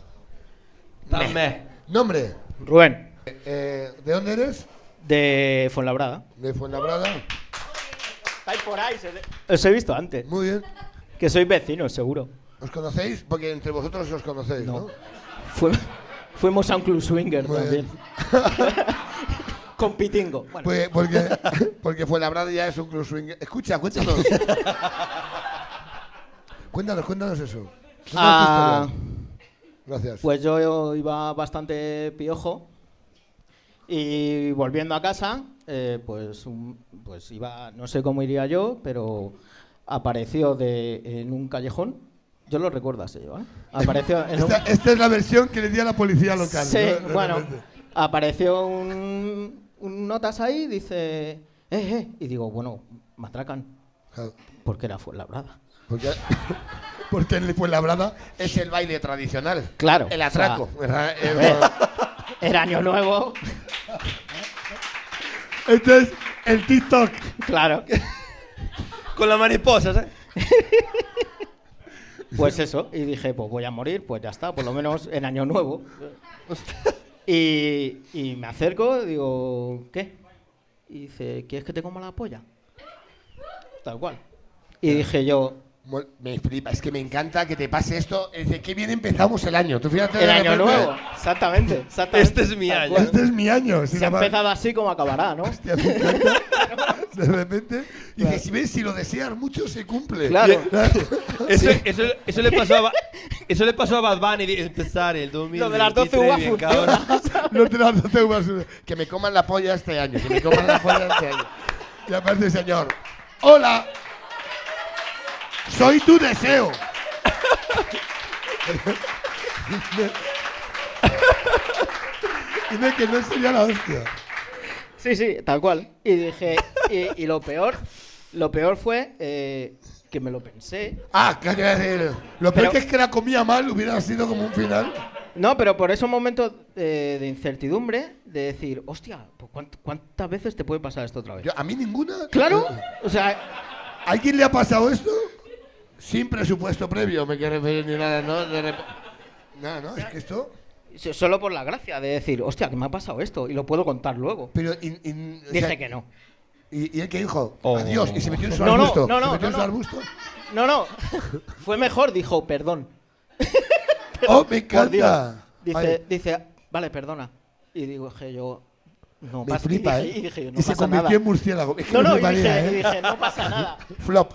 S4: Dame.
S1: Nombre.
S13: Rubén.
S1: Eh, ¿De dónde eres?
S13: De Fuenlabrada.
S1: De Fuenlabrada.
S9: Estáis por ahí, se ve.
S13: Os he visto antes.
S1: Muy bien.
S13: Que sois vecinos, seguro.
S1: ¿Os conocéis? Porque entre vosotros os conocéis, ¿no?
S13: Fue- fuimos a un club swinger
S1: Muy
S13: también.
S1: bien.
S13: Con Pitingo. Bueno.
S1: Pues porque, porque Fuenlabrada ya es un club swing. Escucha, cuéntanos. cuéntanos, cuéntanos eso. Cuéntanos tu
S13: Ah,
S1: historia. Gracias.
S13: Pues yo iba bastante piojo Y volviendo a casa, eh, pues, un- pues iba, no sé cómo iría yo, pero apareció de, en un callejón. Yo lo recuerdo así, ¿vale? Apareció en un...
S1: Esta, esta es la versión que le di a la policía local.
S13: Sí,
S1: ¿no? De
S13: bueno,
S1: repente.
S13: apareció un, un notas ahí, dice, eh, eh, y digo, bueno, me atracan. Porque era Fuenlabrada.
S1: Porque, porque en Fuenlabrada eh,
S9: es el baile tradicional.
S13: Claro.
S9: El
S13: o sea,
S9: atraco, ¿verdad?
S13: a ver, era año nuevo.
S1: Entonces, Este el TikTok.
S13: Claro.
S4: Con la mariposa, ¿sabes?
S13: Pues eso, y dije, pues voy a morir, pues ya está, por lo menos en año nuevo. Y, y me acerco, digo, ¿qué? Y dice, ¿quieres que te coma la polla? Tal cual. Y dije yo.
S9: Me flipa, es que me encanta que te pase esto. Desde que bien empezamos el año. Tú fíjate.
S13: El
S9: de
S13: año
S9: repente-
S13: nuevo, exactamente. exactamente
S9: Este es mi
S13: tal
S9: año.
S13: cual.
S1: Este es mi año. sin
S13: Se ha
S1: embargo.
S13: empezado así como acabará, ¿no?
S1: De repente, dices, si ves, si lo deseas mucho, se cumple.
S13: Claro.
S4: Eso, eso, eso le pasó a, Ba- eso le pasó a Bad Bunny de empezar el 2000.
S9: Lo de las 12 uvas funciona.
S1: No te las doce uvas.
S9: Que me coman la polla este año. Que me coman la polla este año.
S1: Y aparte, señor, hola, soy tu deseo. Dime- Dime que no sería la hostia.
S13: Sí, sí, tal cual. Y dije, y, y lo peor, lo peor fue eh, que me lo pensé.
S1: Ah, ¿qué quería decir? Lo peor
S13: Pero-
S1: que es que la comía mal hubiera sido como un final.
S13: No, pero por esos momentos eh, de incertidumbre, de decir, hostia, pues cuánt- ¿cuántas veces te puede pasar esto otra vez?
S1: a mí ninguna.
S13: Claro, o sea,
S1: ¿A alguien le ha pasado esto?
S9: Sin presupuesto previo, me quiero referir ni nada, ¿no? De rep-
S1: No, no, es que esto.
S13: so- solo por la gracia de decir, hostia, que me ha pasado esto y lo puedo contar luego.
S1: Pero
S13: dije
S1: sea-
S13: que no.
S1: ¿Y, y el que dijo? Adiós, y se metió en su
S13: No, no,
S1: arbusto.
S13: no, no,
S1: se metió en
S13: no,
S1: su
S13: no.
S1: arbusto.
S13: No, no, fue mejor, dijo, perdón.
S1: ¡Oh, me
S13: Por Dios.
S1: encanta!
S13: Dice,
S1: Vale.
S13: dice, vale, perdona. Y digo, que yo, no
S1: Me
S13: pasa
S1: flipa,
S13: y
S1: ¿eh?
S13: dije- y dije yo, no
S1: Y se
S13: pasa
S1: convirtió
S13: nada.
S1: en murciélago. Es que
S13: no,
S1: me
S13: no, y
S1: fliparía,
S13: dije,
S1: ¿eh?
S13: y dije, no pasa nada.
S1: Flop.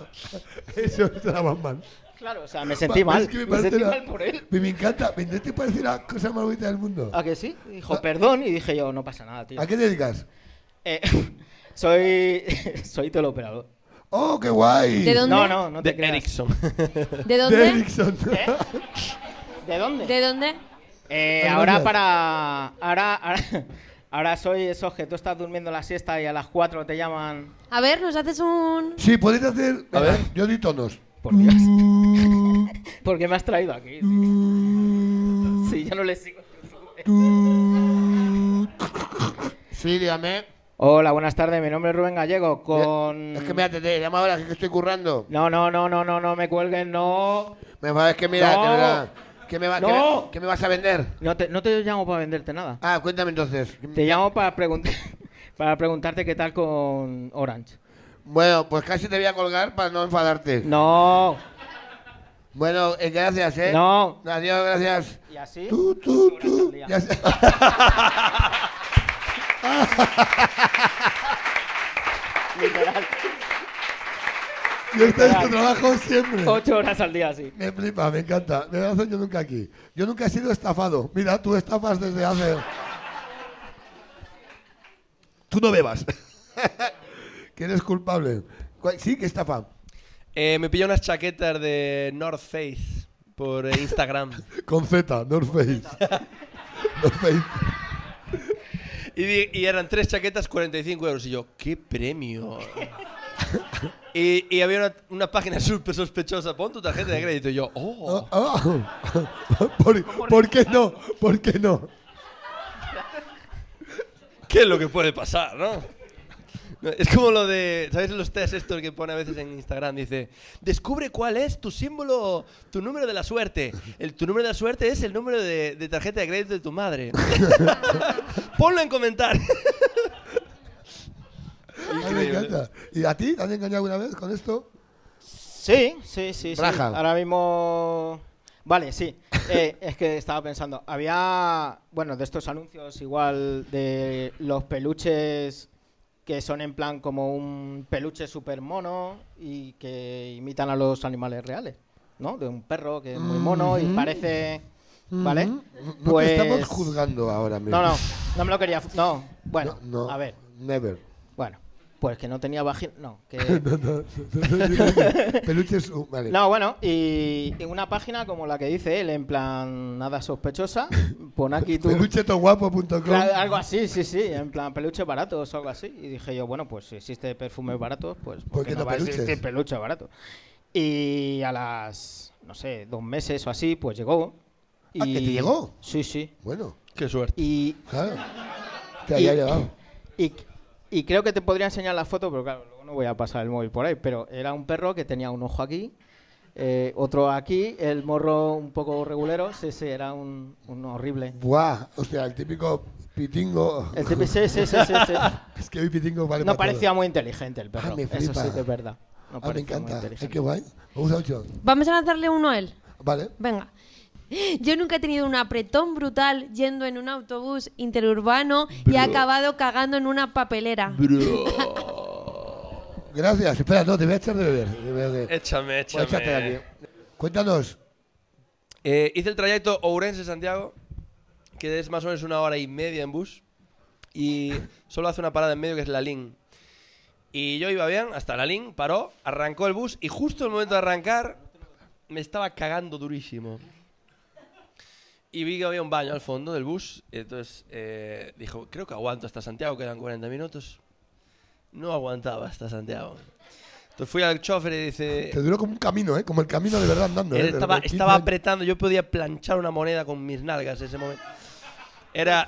S1: Eso es la Batman.
S13: Claro, o sea, me sentí mal, me sentí mal por él.
S1: Me, me encanta. Me, ¿No te parece la cosa más bonita del mundo?
S13: ¿A que sí? Dijo, perdón, y dije yo, no pasa nada, tío.
S1: ¿A qué te dedicas?
S13: Eh, soy, soy teleoperador.
S1: ¡Oh, qué guay!
S13: ¿De dónde? No, no, no te ¿Eh?
S4: De Ericsson.
S2: ¿De dónde?
S1: Ericsson.
S13: ¿De dónde?
S2: ¿De dónde?
S13: Eh,
S2: Hernández.
S13: ahora para... Ahora, ahora, ahora soy esos que tú estás durmiendo la siesta y a las 4 te llaman...
S2: A ver, nos haces un...
S1: Sí, podéis hacer. A ver, yo di tonos. Mm.
S13: Por Dios. ¿Por qué me has traído aquí? tío? Sí, ya no le sigo.
S9: Sí, dígame.
S13: Hola, buenas tardes. Mi nombre es Rubén Gallego. Con...
S9: Es que mira, te, te llamo ahora, que estoy currando.
S13: No, no, no, no, no, no me cuelguen, no.
S9: Me va, es que mira,
S13: No.
S9: de verdad. ¿Qué me, va- qué me-
S13: No.
S9: qué me vas a vender?
S13: No te, no te llamo para venderte nada.
S9: Ah, cuéntame entonces.
S13: Te llamo para, pregun- para preguntarte qué tal con Orange.
S9: Bueno, pues casi te voy a colgar para no enfadarte.
S13: No.
S9: Bueno, eh, gracias, ¿eh?
S13: No.
S9: Adiós, gracias.
S13: ¿Y así?
S1: Tú, tú, tú. Ya sé.
S13: Literal.
S1: Yo estoy en tu trabajo siempre.
S13: Ocho horas al día, sí.
S1: Me flipa, me encanta. Me hacer yo nunca aquí. Yo nunca he sido estafado. Mira, tú estafas desde hace. Tú no bebas. que eres culpable. ¿Cuál- Sí, que estafa.
S4: Eh, me pilló unas chaquetas de North Face por eh, Instagram.
S1: Con Z, North Face. North Face.
S4: y, di- y eran tres chaquetas, 45 euros. Y yo, ¡qué premio! y, y había una, una página súper sospechosa. Pon tu tarjeta de crédito. Y yo, ¡oh!
S1: Ah, ¿Por, por qué no? ¿Por qué no?
S4: ¿Qué es lo que puede pasar, no? No, Es como lo de, ¿sabes los test estos que pone a veces en Instagram? Dice, descubre cuál es tu símbolo, tu número de la suerte. El, tu número de la suerte es el número de, de tarjeta de crédito de tu madre. Ponlo en comentarios.
S1: Ay, Ah, me encanta. ¿Y a ti? ¿Te han engañado alguna vez con esto?
S13: Sí, sí, sí. sí.
S1: Raja.
S13: Ahora mismo. Vale, sí. Eh, es que estaba pensando. Había. Bueno, de estos anuncios, igual de los peluches que son en plan como un peluche super mono y que imitan a los animales reales, ¿no? De un perro que es muy mono y
S1: Ujú.
S13: parece. ¿Vale?
S1: Mm-hmm.
S13: Pues,
S1: Mm. Ujú. Pues- No te estamos juzgando ahora mismo.
S13: No, no, no me lo quería. No, Bueno,
S1: No, no,
S13: a ver.
S1: Never.
S13: Bueno, pues que no tenía vagina. No, que.
S1: No, no, no, no, peluches, uh, vale.
S13: No, bueno, y, y una página como la que dice él, en plan nada sospechosa, pon aquí tu.
S1: Peluchetoguapo.com.
S13: Claro, algo así, sí, sí, en plan peluche baratos o algo así. Y dije yo, bueno, pues si existe perfumes baratos, pues ¿por
S1: ¿Por
S13: qué
S1: qué
S13: no
S1: no
S13: va a
S1: peluches?
S13: existir peluche barato? Y a las, no sé, dos meses o así, pues llegó. Y...
S1: Ah, ¿que te llegó?
S13: Sí, sí.
S1: Bueno.
S4: Qué suerte.
S13: Y...
S1: Claro. Te había llegado.
S13: Y, y creo que te podría enseñar la foto, pero claro, luego no voy a pasar el móvil por ahí. Pero era un perro que tenía un ojo aquí, eh, otro aquí, el morro un poco regulero, sí, sí, era un, un horrible.
S1: Buah, o sea, el típico pitingo.
S13: El típico- sí, sí, sí, sí, sí.
S1: es que hoy pitingo vale
S13: no
S1: para todo.
S13: parecía muy inteligente el perro.
S1: Ah, me
S13: Eso
S1: flipa.
S13: sí que es verdad. No
S1: ah, me
S13: parecía muy
S1: encanta.
S13: inteligente.
S1: Es que guay. Me gusta mucho.
S2: Vamos a lanzarle uno a él.
S1: Vale.
S2: Venga. Yo nunca he tenido un apretón brutal yendo en un autobús interurbano y he acabado cagando en una papelera.
S1: Gracias. Espera, no, te voy a echar de beber. Te voy a beber.
S4: Échame,
S1: Voy a echarte
S4: échame.
S1: de aquí. Cuéntanos.
S4: Eh, hice el trayecto Ourense-Santiago, que es más o menos una hora y media en bus, y solo hace una parada en medio que es la Lin. Y yo iba bien hasta la Lin, paró, arrancó el bus, y justo en el momento de arrancar me estaba cagando durísimo. Y vi que había un baño al fondo del bus, y entonces eh, dijo, creo que aguanto hasta Santiago, quedan 40 minutos. No aguantaba hasta Santiago. Entonces fui al chofer y dice...
S1: Te duró como un camino, ¿eh? Como el camino de verdad andando.
S4: Él
S1: ¿eh?
S4: estaba,
S1: Desde
S4: estaba
S1: 15
S4: apretando, yo podía planchar una moneda con mis nalgas en ese momento. Era.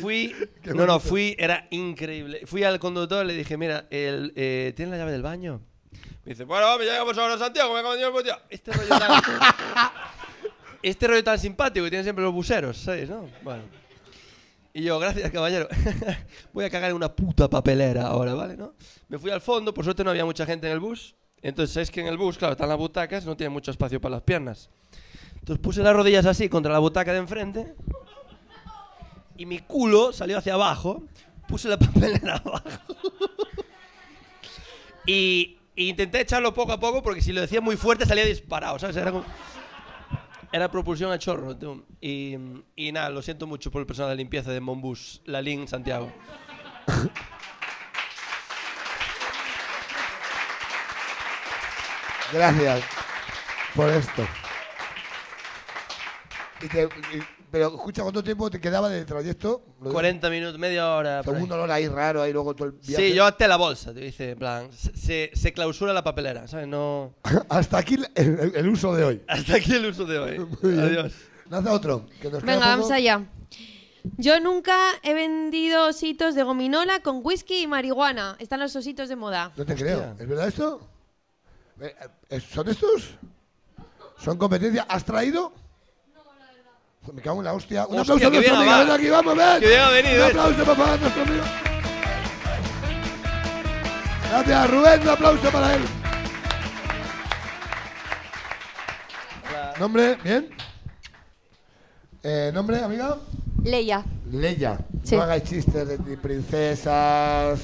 S4: Fui.
S1: qué
S4: No, no,
S1: bonito.
S4: fui, era increíble. Fui al conductor, le dije, mira, el, eh, ¿tienes la llave del baño? Me dice, bueno, hombre, ya llegamos ahora a Santiago, me acabo de
S14: pues,
S4: llevar Este rollo tan. este rollo tan simpático que tienen siempre los buseros, ¿sabes? ¿No? Bueno. Y yo, gracias, caballero. Voy a cagar en una puta papelera ahora, ¿vale? ¿No? Me fui al fondo, por suerte no había mucha gente en el bus. Entonces, es que en el bus, claro, están las butacas, no tiene mucho espacio para las piernas. Entonces puse las rodillas así contra la butaca de enfrente y mi culo salió hacia abajo. Puse la papelera abajo. y, y intenté echarlo poco a poco porque si lo decía muy fuerte salía disparado, ¿sabes? Era como- Era propulsión a chorro. tú. Y, y nada, lo siento mucho por el personal de limpieza de Monbus, Lalín, Santiago.
S1: Gracias por esto. Y te- y- pero escucha, ¿cuánto tiempo te quedaba de trayecto? Lo digo.
S4: 40 minutos, media hora. por ahí.
S1: Segundo olor ahí raro, ahí luego todo el viaje.
S4: Sí, yo hasta la bolsa, te dice, en plan, se- se, se clausura la papelera, ¿sabes? No,
S1: Hasta aquí el, el- el uso de hoy.
S4: hasta aquí el uso de hoy.
S1: Muy bien.
S4: Adiós.
S1: Lanza otro. que nos queda
S2: Venga,
S1: poco.
S2: vamos allá. Yo nunca he vendido ositos de gominola con whisky y marihuana. Están los ositos de moda.
S1: No te
S4: Hostia.
S1: creo. ¿Es verdad esto? Eh, eh, ¿Son estos? ¿Son competencia? ¿Has traído? Pues Me cago en la hostia. Un
S4: Hostia,
S1: aplauso a
S4: que
S1: nuestro
S4: bien
S1: amigo.
S4: ha-
S1: Ven aquí, vamos, ven.
S4: que bien ha venido,
S1: Un
S4: eh.
S1: aplauso, papá, nuestro amigo. Gracias, Rubén. Un aplauso para él. Nombre, bien. Eh, Nombre, amiga.
S15: Leia.
S1: Leia,
S15: Sí.
S1: no hagáis chistes de ti, princesas,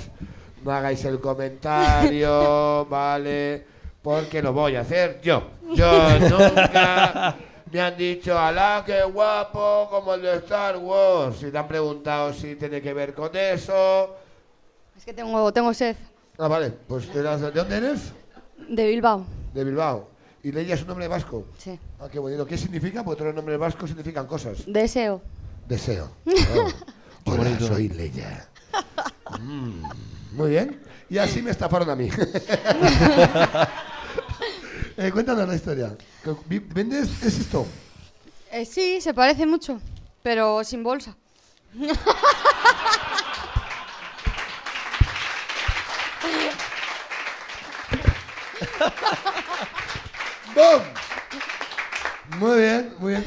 S1: no hagáis el comentario, ¿vale? Porque lo voy a hacer yo.
S9: Yo nunca me han dicho, alá, qué guapo, como el de Star Wars. Si te han preguntado si tiene que ver con eso.
S15: Es que tengo, tengo sed
S1: Ah, vale, pues te das- ¿de dónde eres?
S15: de Bilbao.
S1: De Bilbao. Y Leia es un nombre vasco.
S15: Sí.
S1: Ah, qué bonito. ¿Qué significa? Porque todos los nombres vascos significan cosas.
S15: Deseo.
S1: Deseo. Ah. Hola, soy Leia. Mm, muy bien. Y así me estafaron a mí. Eh, cuéntanos la historia. ¿Qué- ¿Vendes? ¿Es esto?
S15: Eh, sí, se parece mucho, pero sin bolsa.
S1: ¡Bum! Muy bien, muy bien.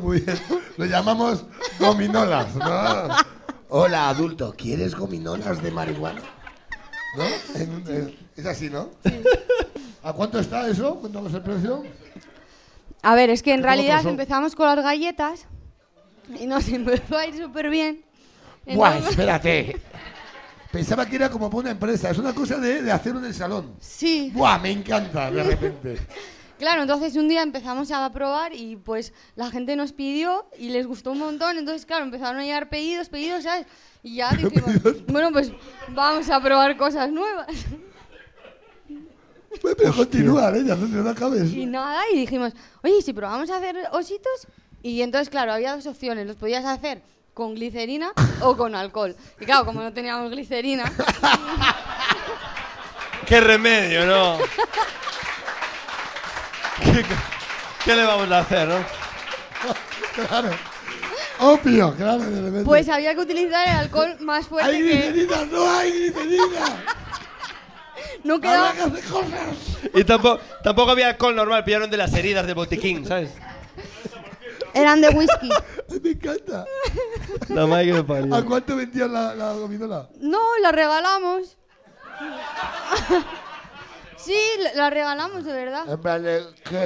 S1: Muy bien. Lo llamamos gominolas, ¿no? Hola, adulto, ¿quieres gominolas de marihuana? ¿No? En un- en- es así, ¿no? ¿A cuánto está eso? Cuéntanos el precio.
S15: A ver, es que en
S1: ¿Cómo que
S15: realidad
S1: son?
S15: empezamos con las galletas y nos empezó a ir súper bien.
S1: Buah,
S15: Entonces-
S1: espérate. Pensaba que era como para una empresa. Es una cosa de, de hacer un salón.
S15: Sí.
S1: Buah, me encanta, de repente.
S15: Claro, entonces un día empezamos a probar y pues la gente nos pidió y les gustó un montón. Entonces, claro, empezaron a llegar pedidos, pedidos, ¿sabes? Y ya dijimos, bueno, pues vamos a probar cosas nuevas.
S1: Pero continuar, ¿eh? Ya no, no acabes.
S15: Y nada, y dijimos, oye, ¿y si probamos a hacer ositos. Y entonces, claro, había dos opciones. Los podías hacer con glicerina o con alcohol. Y claro, como no teníamos glicerina,
S4: ¡Qué remedio, no! ¿Qué, qué le vamos a hacer, no?
S1: claro. Obvio, claro, de repente.
S15: pues había que utilizar el alcohol más fuerte
S1: ¡Hay
S15: que...
S1: glicerina! ¡No hay glicerina!
S15: No quedaba...
S1: ¡Habrá que hacer cosas!
S4: Y tampoco, tampoco había alcohol normal, pillaron de las heridas de botiquín, ¿sabes?
S15: Eran de whisky.
S1: Me encanta.
S4: La madre que me parió.
S1: ¿A cuánto vendían la, la gominola?
S15: No, la regalamos. sí, la- la regalamos, de verdad.
S1: En plan de, ¿qué?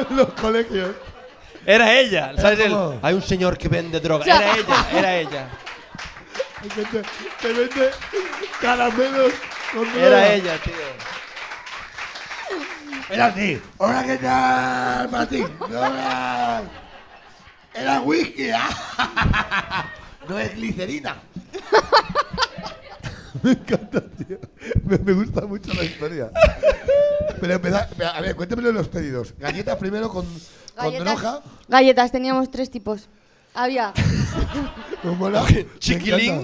S1: en los colegios.
S4: Era ella, ¿sabes? El-
S1: ¿Cómo?
S4: hay un señor que vende droga.
S1: Ya.
S4: Era ella, era ella.
S1: Que te, te vende caramelos con droga.
S4: Era ella, tío.
S1: Era así. Hola, ¿qué tal, Martín? Hola. Era whisky. ah. No es glicerina. Me encanta, tío. Me, me gusta mucho la historia. Pero empezá- a ver, cuéntamelo de los pedidos. Galletas primero con, con droga.
S15: Galletas, galletas, teníamos tres tipos. Había.
S1: Con mola. Chiquilín.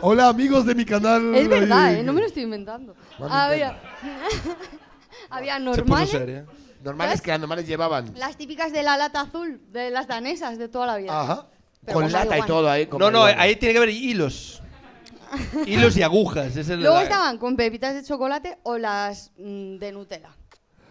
S1: Hola, amigos de mi canal.
S15: es verdad,
S1: Oye,
S15: ¿eh? no me lo estoy inventando.
S1: Mm. Vale,
S15: Había. Había normales.
S9: Normales que las normales llevaban.
S15: Las típicas de la lata azul, de las danesas de toda la vida. Pero
S9: Con
S15: con
S9: lata y
S15: marihuana.
S1: ¿eh?
S9: todo ahí.
S4: No, no, ahí tiene que haber hilos. Hilos y agujas. esa es
S15: Luego
S4: la-
S15: estaban con pepitas de chocolate o las mm, de Nutella.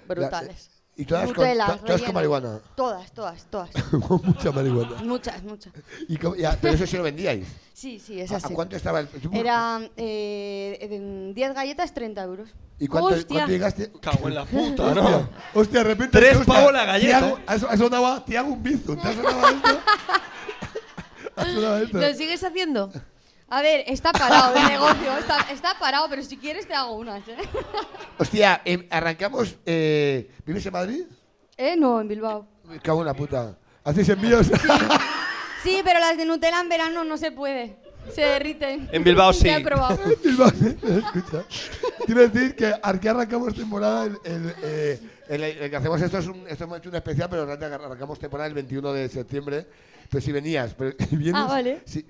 S15: Brutales.
S1: La- y todas con-
S15: Nutella,
S1: to- todas con
S15: rellenas.
S1: marihuana.
S15: Todas, todas, todas.
S1: Con mucha marihuana.
S15: muchas, muchas.
S1: Y com- ya, pero eso sí lo vendíais.
S15: Sí, sí, es
S1: ¿A-
S15: así.
S1: ¿A cuánto estaba el tú-
S15: Era eh, en 10 galletas, 30 euros.
S1: ¿Y cuánto,
S15: Hostia.
S1: cuánto llegaste?
S4: Cago en la puta,
S1: Hostia,
S4: ¿no?
S1: Hostia, de repente.
S4: Tres
S1: hostia,
S4: pavos la galleta.
S1: Te hago, ha so- ha sonado- te hago un bizu. ¿Te ha sonado esto? Ha sonado esto.
S2: ¿Lo sigues haciendo?
S15: A ver, está parado el negocio, está, está parado, pero si quieres te hago unas, ¿eh?
S1: Hostia, em, arrancamos. eh, ¿Vives en Madrid?
S15: ¿Eh? No, en Bilbao.
S1: Me cago en la puta. ¿Hacéis envíos?
S15: Sí, pero las de Nutella en verano no se puede. Se derriten.
S4: En Bilbao sí.
S15: Ya he probado.
S1: En Bilbao sí, escucha. Quiero decir que aquí arrancamos temporada. El, el, eh, el- el que hacemos esto es un, esto hemos hecho un especial, pero realmente arrancamos temporada el 21 de septiembre. Pero si venías, pero vienes.
S15: Ah, vale.
S1: si-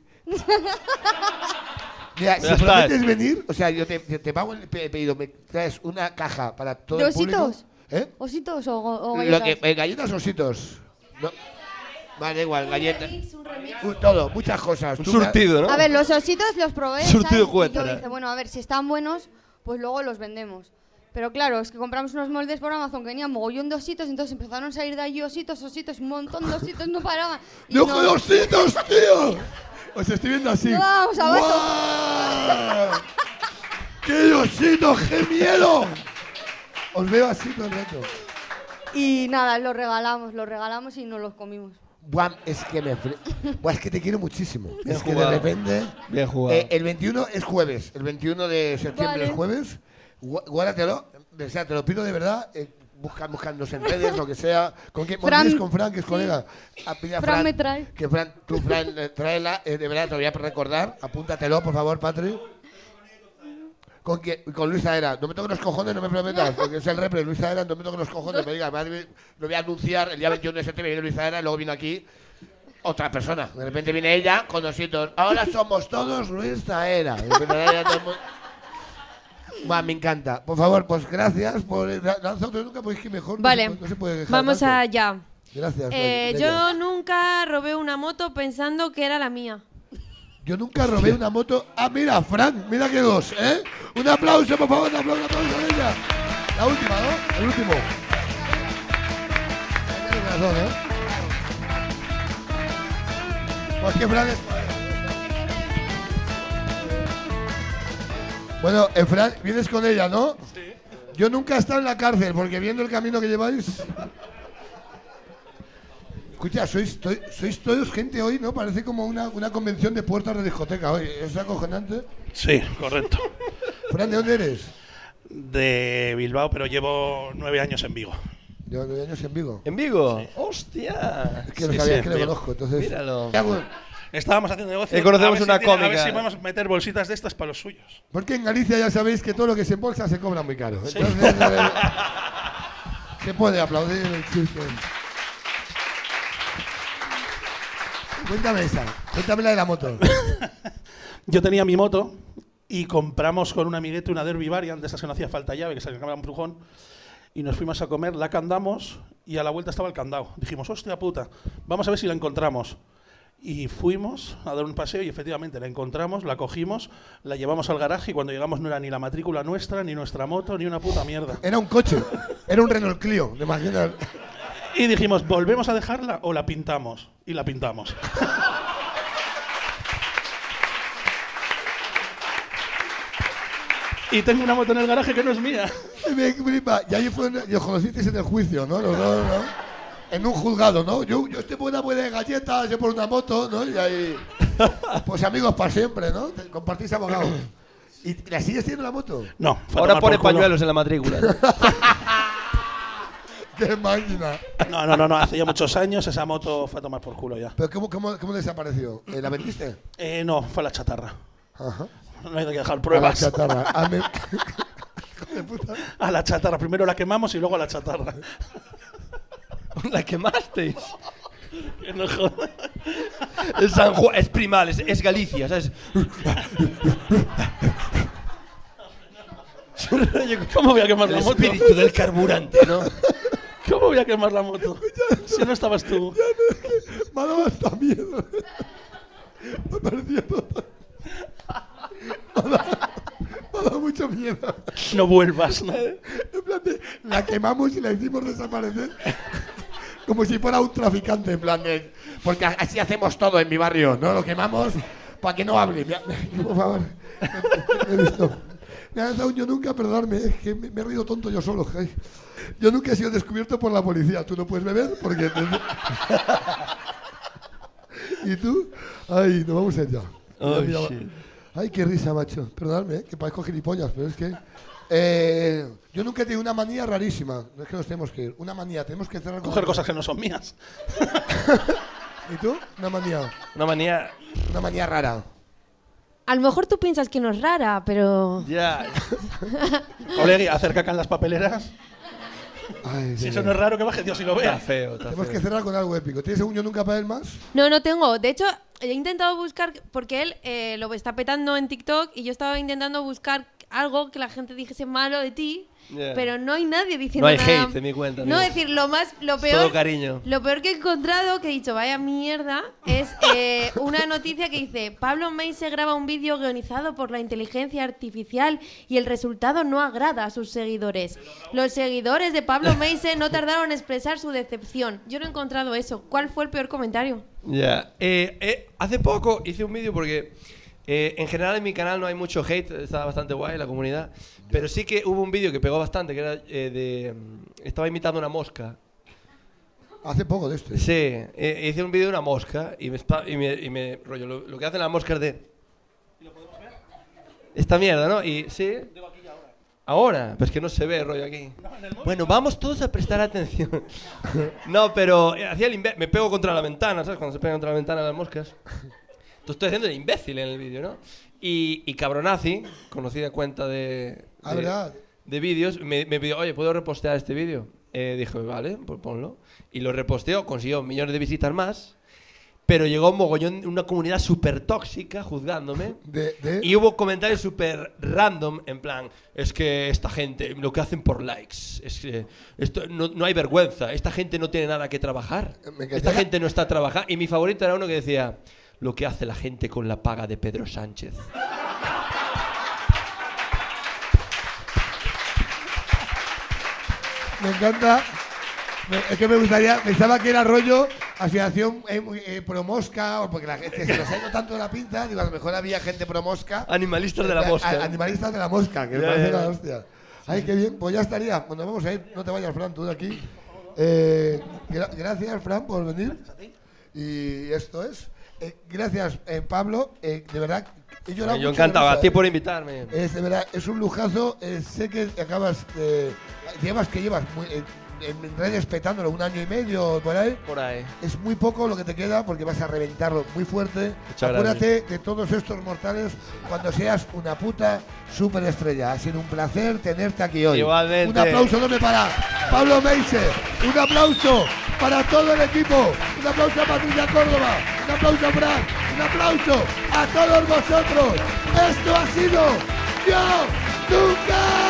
S1: Mira, si
S4: Ya está.
S1: prometes venir, o sea, yo te, te, te pago el pe- pedido, me traes una caja para todo
S15: ¿De
S1: el público.
S15: ositos?
S1: ¿Eh?
S15: ¿Ositos o, go- o
S1: Lo
S15: galletas?
S1: que, eh, ¿Galletas o ositos? No. Vale, da igual, galletas.
S15: Un remix.
S1: Uh, Todo, muchas cosas.
S4: Un
S1: Tú me-
S4: surtido, ¿no?
S15: A ver, los ositos los probé. ¿sabes?
S4: Surtido
S15: Y
S4: juguete,
S15: Yo
S4: era.
S15: dije, bueno, a ver, si están buenos, pues luego los vendemos. Pero claro, es que compramos unos moldes por Amazon que tenían mogollón de ositos, entonces empezaron a salir de allí ositos, ositos, un montón de ositos, no paraban. Y
S1: ¡No
S15: no-
S1: con ositos, tío! Os estoy viendo así.
S15: No, vamos, abajo.
S1: ¡Guau! ¡Qué ositos, qué miedo! Os veo así todo el rato.
S15: Y nada, los regalamos, los regalamos y nos los comimos.
S1: Guam, es que me. fre- Buah, es que te quiero muchísimo.
S4: Bien
S1: es
S4: jugado.
S1: que de repente.
S4: Bien jugado.
S1: Eh, el 21 es jueves. El 21 de septiembre
S15: Vale.
S1: es jueves. Gua- Guárdatelo. O sea, te lo pido de verdad. Eh, busca, buscándonos en redes, lo que sea. ¿Con quién?
S15: Fran-
S1: Fran, con Fran, que es colega. A, pide a
S15: Fran me trae.
S1: Que Fran, tú, Fran, eh, tráela. eh, de verdad, te lo voy a recordar. Apúntatelo, por favor, Patri. Con, quién? con Luisa Era. No me toques los cojones, no me prometas, porque es el repre. Luisa Era, no me toques los cojones. Me diga, madre, lo voy a anunciar el día 21 de septiembre. Viene Luisa Era, y luego vino aquí otra persona. De repente viene ella con ositos. Ahora somos todos Luisa Era. De repente ahora ya todo el mundo- Buah, me encanta. Por favor, pues gracias por lanzar otro nunca, pues es que mejor. no
S2: Vale,
S1: se puede- no se puede dejar
S2: vamos
S1: tanto.
S2: allá.
S1: Gracias.
S2: Eh,
S1: Leia.
S2: yo nunca robé una moto pensando que era la mía.
S1: Yo nunca robé una moto. Ah, mira, Fran, mira que dos, ¿eh? Un aplauso, por favor, un aplauso, un aplauso a ella. La última, ¿no? El último. Tiene razón, ¿eh? Pues que Fran es- Bueno, eh, Fran, vienes con ella, ¿no? Sí. Yo nunca he estado en la cárcel, porque viendo el camino que lleváis... Escucha, sois, to- sois todos gente hoy, ¿no? Parece como una, una convención de puertas de discoteca hoy. Es acojonante.
S14: Sí, correcto.
S1: Fran, ¿de dónde eres?
S14: de Bilbao, pero llevo nueve años en Vigo.
S1: Yo nueve años en Vigo.
S4: ¿En Vigo?
S6: Ah,
S4: ¡Hostia!
S1: Es que no
S14: Sí,
S1: sabía
S14: sí,
S1: que le
S14: Vigo.
S1: conozco, entonces.
S4: Míralo.
S1: Ya, bueno,
S14: Estábamos haciendo negocio.
S4: Eh, conocemos
S14: a ver si
S4: una
S14: tiene- A ver
S4: cómica.
S14: si podemos meter bolsitas de estas para los suyos.
S1: Porque en Galicia ya sabéis que todo lo que se embolsa se cobra muy caro. Entonces, eh, se puede aplaudir el chiste. Cuéntame esa, cuéntame la de la moto.
S14: Yo tenía mi moto y compramos con un amiguete una Derby Variant, de esas que no hacía falta llave, que se acababa un brujón. Y nos fuimos a comer, la candamos y a la vuelta estaba el candado. Dijimos, hostia puta, vamos a ver si la encontramos. Y fuimos a dar un paseo y efectivamente la encontramos, la cogimos, la llevamos al garaje y cuando llegamos no era ni la matrícula nuestra, ni nuestra moto, ni una puta mierda.
S1: Era un coche, era un Renault Clio, de imaginas.
S14: Y dijimos, ¿volvemos a dejarla o la pintamos? Y la pintamos. y tengo una moto en el garaje que no es mía.
S1: Me flipa. Y ahí fue, los conocisteis en el juicio, ¿no? Los dos, ¿no? En un juzgado, ¿no? Yo, yo estoy por una buena de galletas, yo por una moto, ¿no? Y ahí. Pues amigos para siempre, ¿no? Te- Compartís abogados. ¿Y la sigues teniendo la moto?
S14: No. fue a
S4: Ahora
S14: tomar
S4: pone
S14: por culo.
S4: pañuelos en la matrícula.
S1: ¡Qué máquina!
S14: No, no, no, no, hace ya muchos años esa moto fue a tomar por culo ya.
S1: ¿Pero cómo, cómo, cómo desapareció? ¿Eh, ¿La vendiste?
S14: Eh, no, fue a la chatarra.
S1: Ajá.
S14: No hay que dejar pruebas.
S1: A la chatarra. A me-
S14: A la chatarra. Primero la quemamos y luego a la chatarra.
S4: ¿La quemasteis?
S14: Que no jodas.
S4: Es San Juan, es primal, es, es Galicia, ¿sabes?
S14: ¿Cómo voy a quemar
S4: El
S14: la moto?
S4: espíritu del carburante, ¿no?
S14: ¿Cómo voy a quemar la moto? Si no estabas tú.
S1: Me ha dado hasta miedo. Me ha parecido total. Me ha dado- me ha dado mucho miedo.
S14: No vuelvas, ¿no?
S1: En plan de, la quemamos y la hicimos desaparecer. Como si fuera un traficante, en plan de, Porque a- así hacemos todo en mi barrio, ¿no? Lo quemamos para que no hable. Mira, Por favor. Me he visto. Me ha dado un yo nunca, perdonadme, es que me, me he reído tonto yo solo. ay. Yo nunca he sido descubierto por la policía. Tú no puedes beber porque... ¿Y tú? Ay, nos vamos allá.
S4: Oh,
S1: Mira, mira,
S4: shit.
S1: Ay, qué risa, macho. Perdonadme, ¿eh? que parezco gilipollas, pero es que... eh, yo nunca he tenido una manía rarísima. No es que nos tenemos que ir. Una manía, tenemos que cerrar... con-
S14: Coger cosas que no son mías.
S1: ¿Y tú? Una manía.
S4: Una manía...
S1: Una manía rara.
S2: A lo mejor tú piensas que no es rara, pero...
S4: Ya.
S14: Olegui, hacer caca en las papeleras.
S1: Ay,
S14: Si
S1: señor.
S14: eso no es raro, que baje Dios y lo vea.
S4: Está feo, está
S1: Tenemos
S4: feo.
S1: que cerrar con algo épico. ¿Tienes un yo nunca para él más?
S2: No, no tengo. De hecho, he intentado buscar, porque él eh, lo está petando en TikTok y yo estaba intentando buscar algo que la gente dijese malo de ti,
S4: Yeah.
S2: pero no hay nadie diciendo
S4: Eh. No hay
S2: nada.
S4: hate de mi cuenta.
S2: No,
S4: amigo.
S2: es decir, lo más, lo
S4: Todo
S2: peor,
S4: cariño.
S2: lo peor que he encontrado, que he dicho, vaya mierda, es eh, una noticia que dice, Pablo May se graba un vídeo guionizado por la inteligencia artificial y el resultado no agrada a sus seguidores. Los seguidores de Pablo Meise no tardaron en expresar su decepción. Yo no he encontrado eso. ¿Cuál fue el peor comentario?
S4: Ya. Eh, eh, hace poco hice un vídeo porque eh, en general en mi canal no hay mucho hate, está bastante guay la comunidad. Pero sí que hubo un vídeo que pegó bastante, que era eh, de. mm, Estaba imitando una mosca.
S1: Hace poco de este.
S4: Sí, eh, hice un vídeo de una mosca y me, espa- y me, y me- rollo. Lo, lo que hacen las moscas de. Esta mierda, ¿no? Y sí. Ahora, pues que no se ve rollo aquí. Bueno, vamos todos a prestar atención. no, pero eh, hacía el imbe- me pego contra la ventana, ¿sabes? Cuando se pega contra la ventana las moscas. Tú estoy haciendo el imbécil en el vídeo, ¿no? Y, y Cabronazi, conocida cuenta de.
S1: Ah,
S4: de-
S1: ¿verdad?
S4: de vídeos, me, me pidió, oye, ¿puedo repostear este vídeo? Eh, dije, vale, pues ponlo. Y lo reposteó, consiguió millones de visitas más. Pero llegó un mogollón, una comunidad súper tóxica juzgándome. Y hubo comentarios súper random, en plan, es que esta gente, lo que hacen por likes, es que esto, no, no hay vergüenza, esta gente no tiene nada que trabajar,
S1: Me encantaría-
S4: esta gente no está trabajando. Y mi favorito era uno que decía, lo que hace la gente con la paga de Pedro Sánchez.
S1: Me encanta. Me- es que me gustaría, pensaba que era rollo asociación eh, eh, pro mosca, o porque la gente se nos ha ido tanto de la pinta, digo, a lo mejor había gente pro mosca. Eh,
S4: Animalistas de la
S1: A- a-
S4: mosca. ¿eh?
S1: animalistas de la mosca, que me
S4: Ya,
S1: parece
S4: ya, ya.
S1: la hostia. Ay, qué bien, pues ya estaría. Bueno, vamos a ir, no te vayas, Fran, tú de aquí. Eh, gra- gracias, Fran, por venir. Y esto es. Eh, gracias, eh, Pablo. Eh, de verdad, he llorado
S4: Yo
S1: mucho
S4: encantado,
S1: con
S4: a
S1: esa,
S4: ti
S1: eh.
S4: por invitarme.
S1: Es, de verdad, es un lujazo. eh, sé que acabas. eh, llevas que llevas muy- eh, en redes petándolo un año y medio o por ahí.
S4: Por ahí.
S1: Es muy poco lo que te queda porque vas a reventarlo muy fuerte.
S4: Muchas
S1: Acuérdate de todos estos mortales cuando seas una puta superestrella. Ha sido un placer tenerte aquí hoy.
S4: Igualmente.
S1: Un aplauso doble para Pablo Meise. Un aplauso para todo el equipo. Un aplauso a Patricia Córdoba. Un aplauso a Fran. Un aplauso a todos vosotros. Esto ha sido Yo Nunca.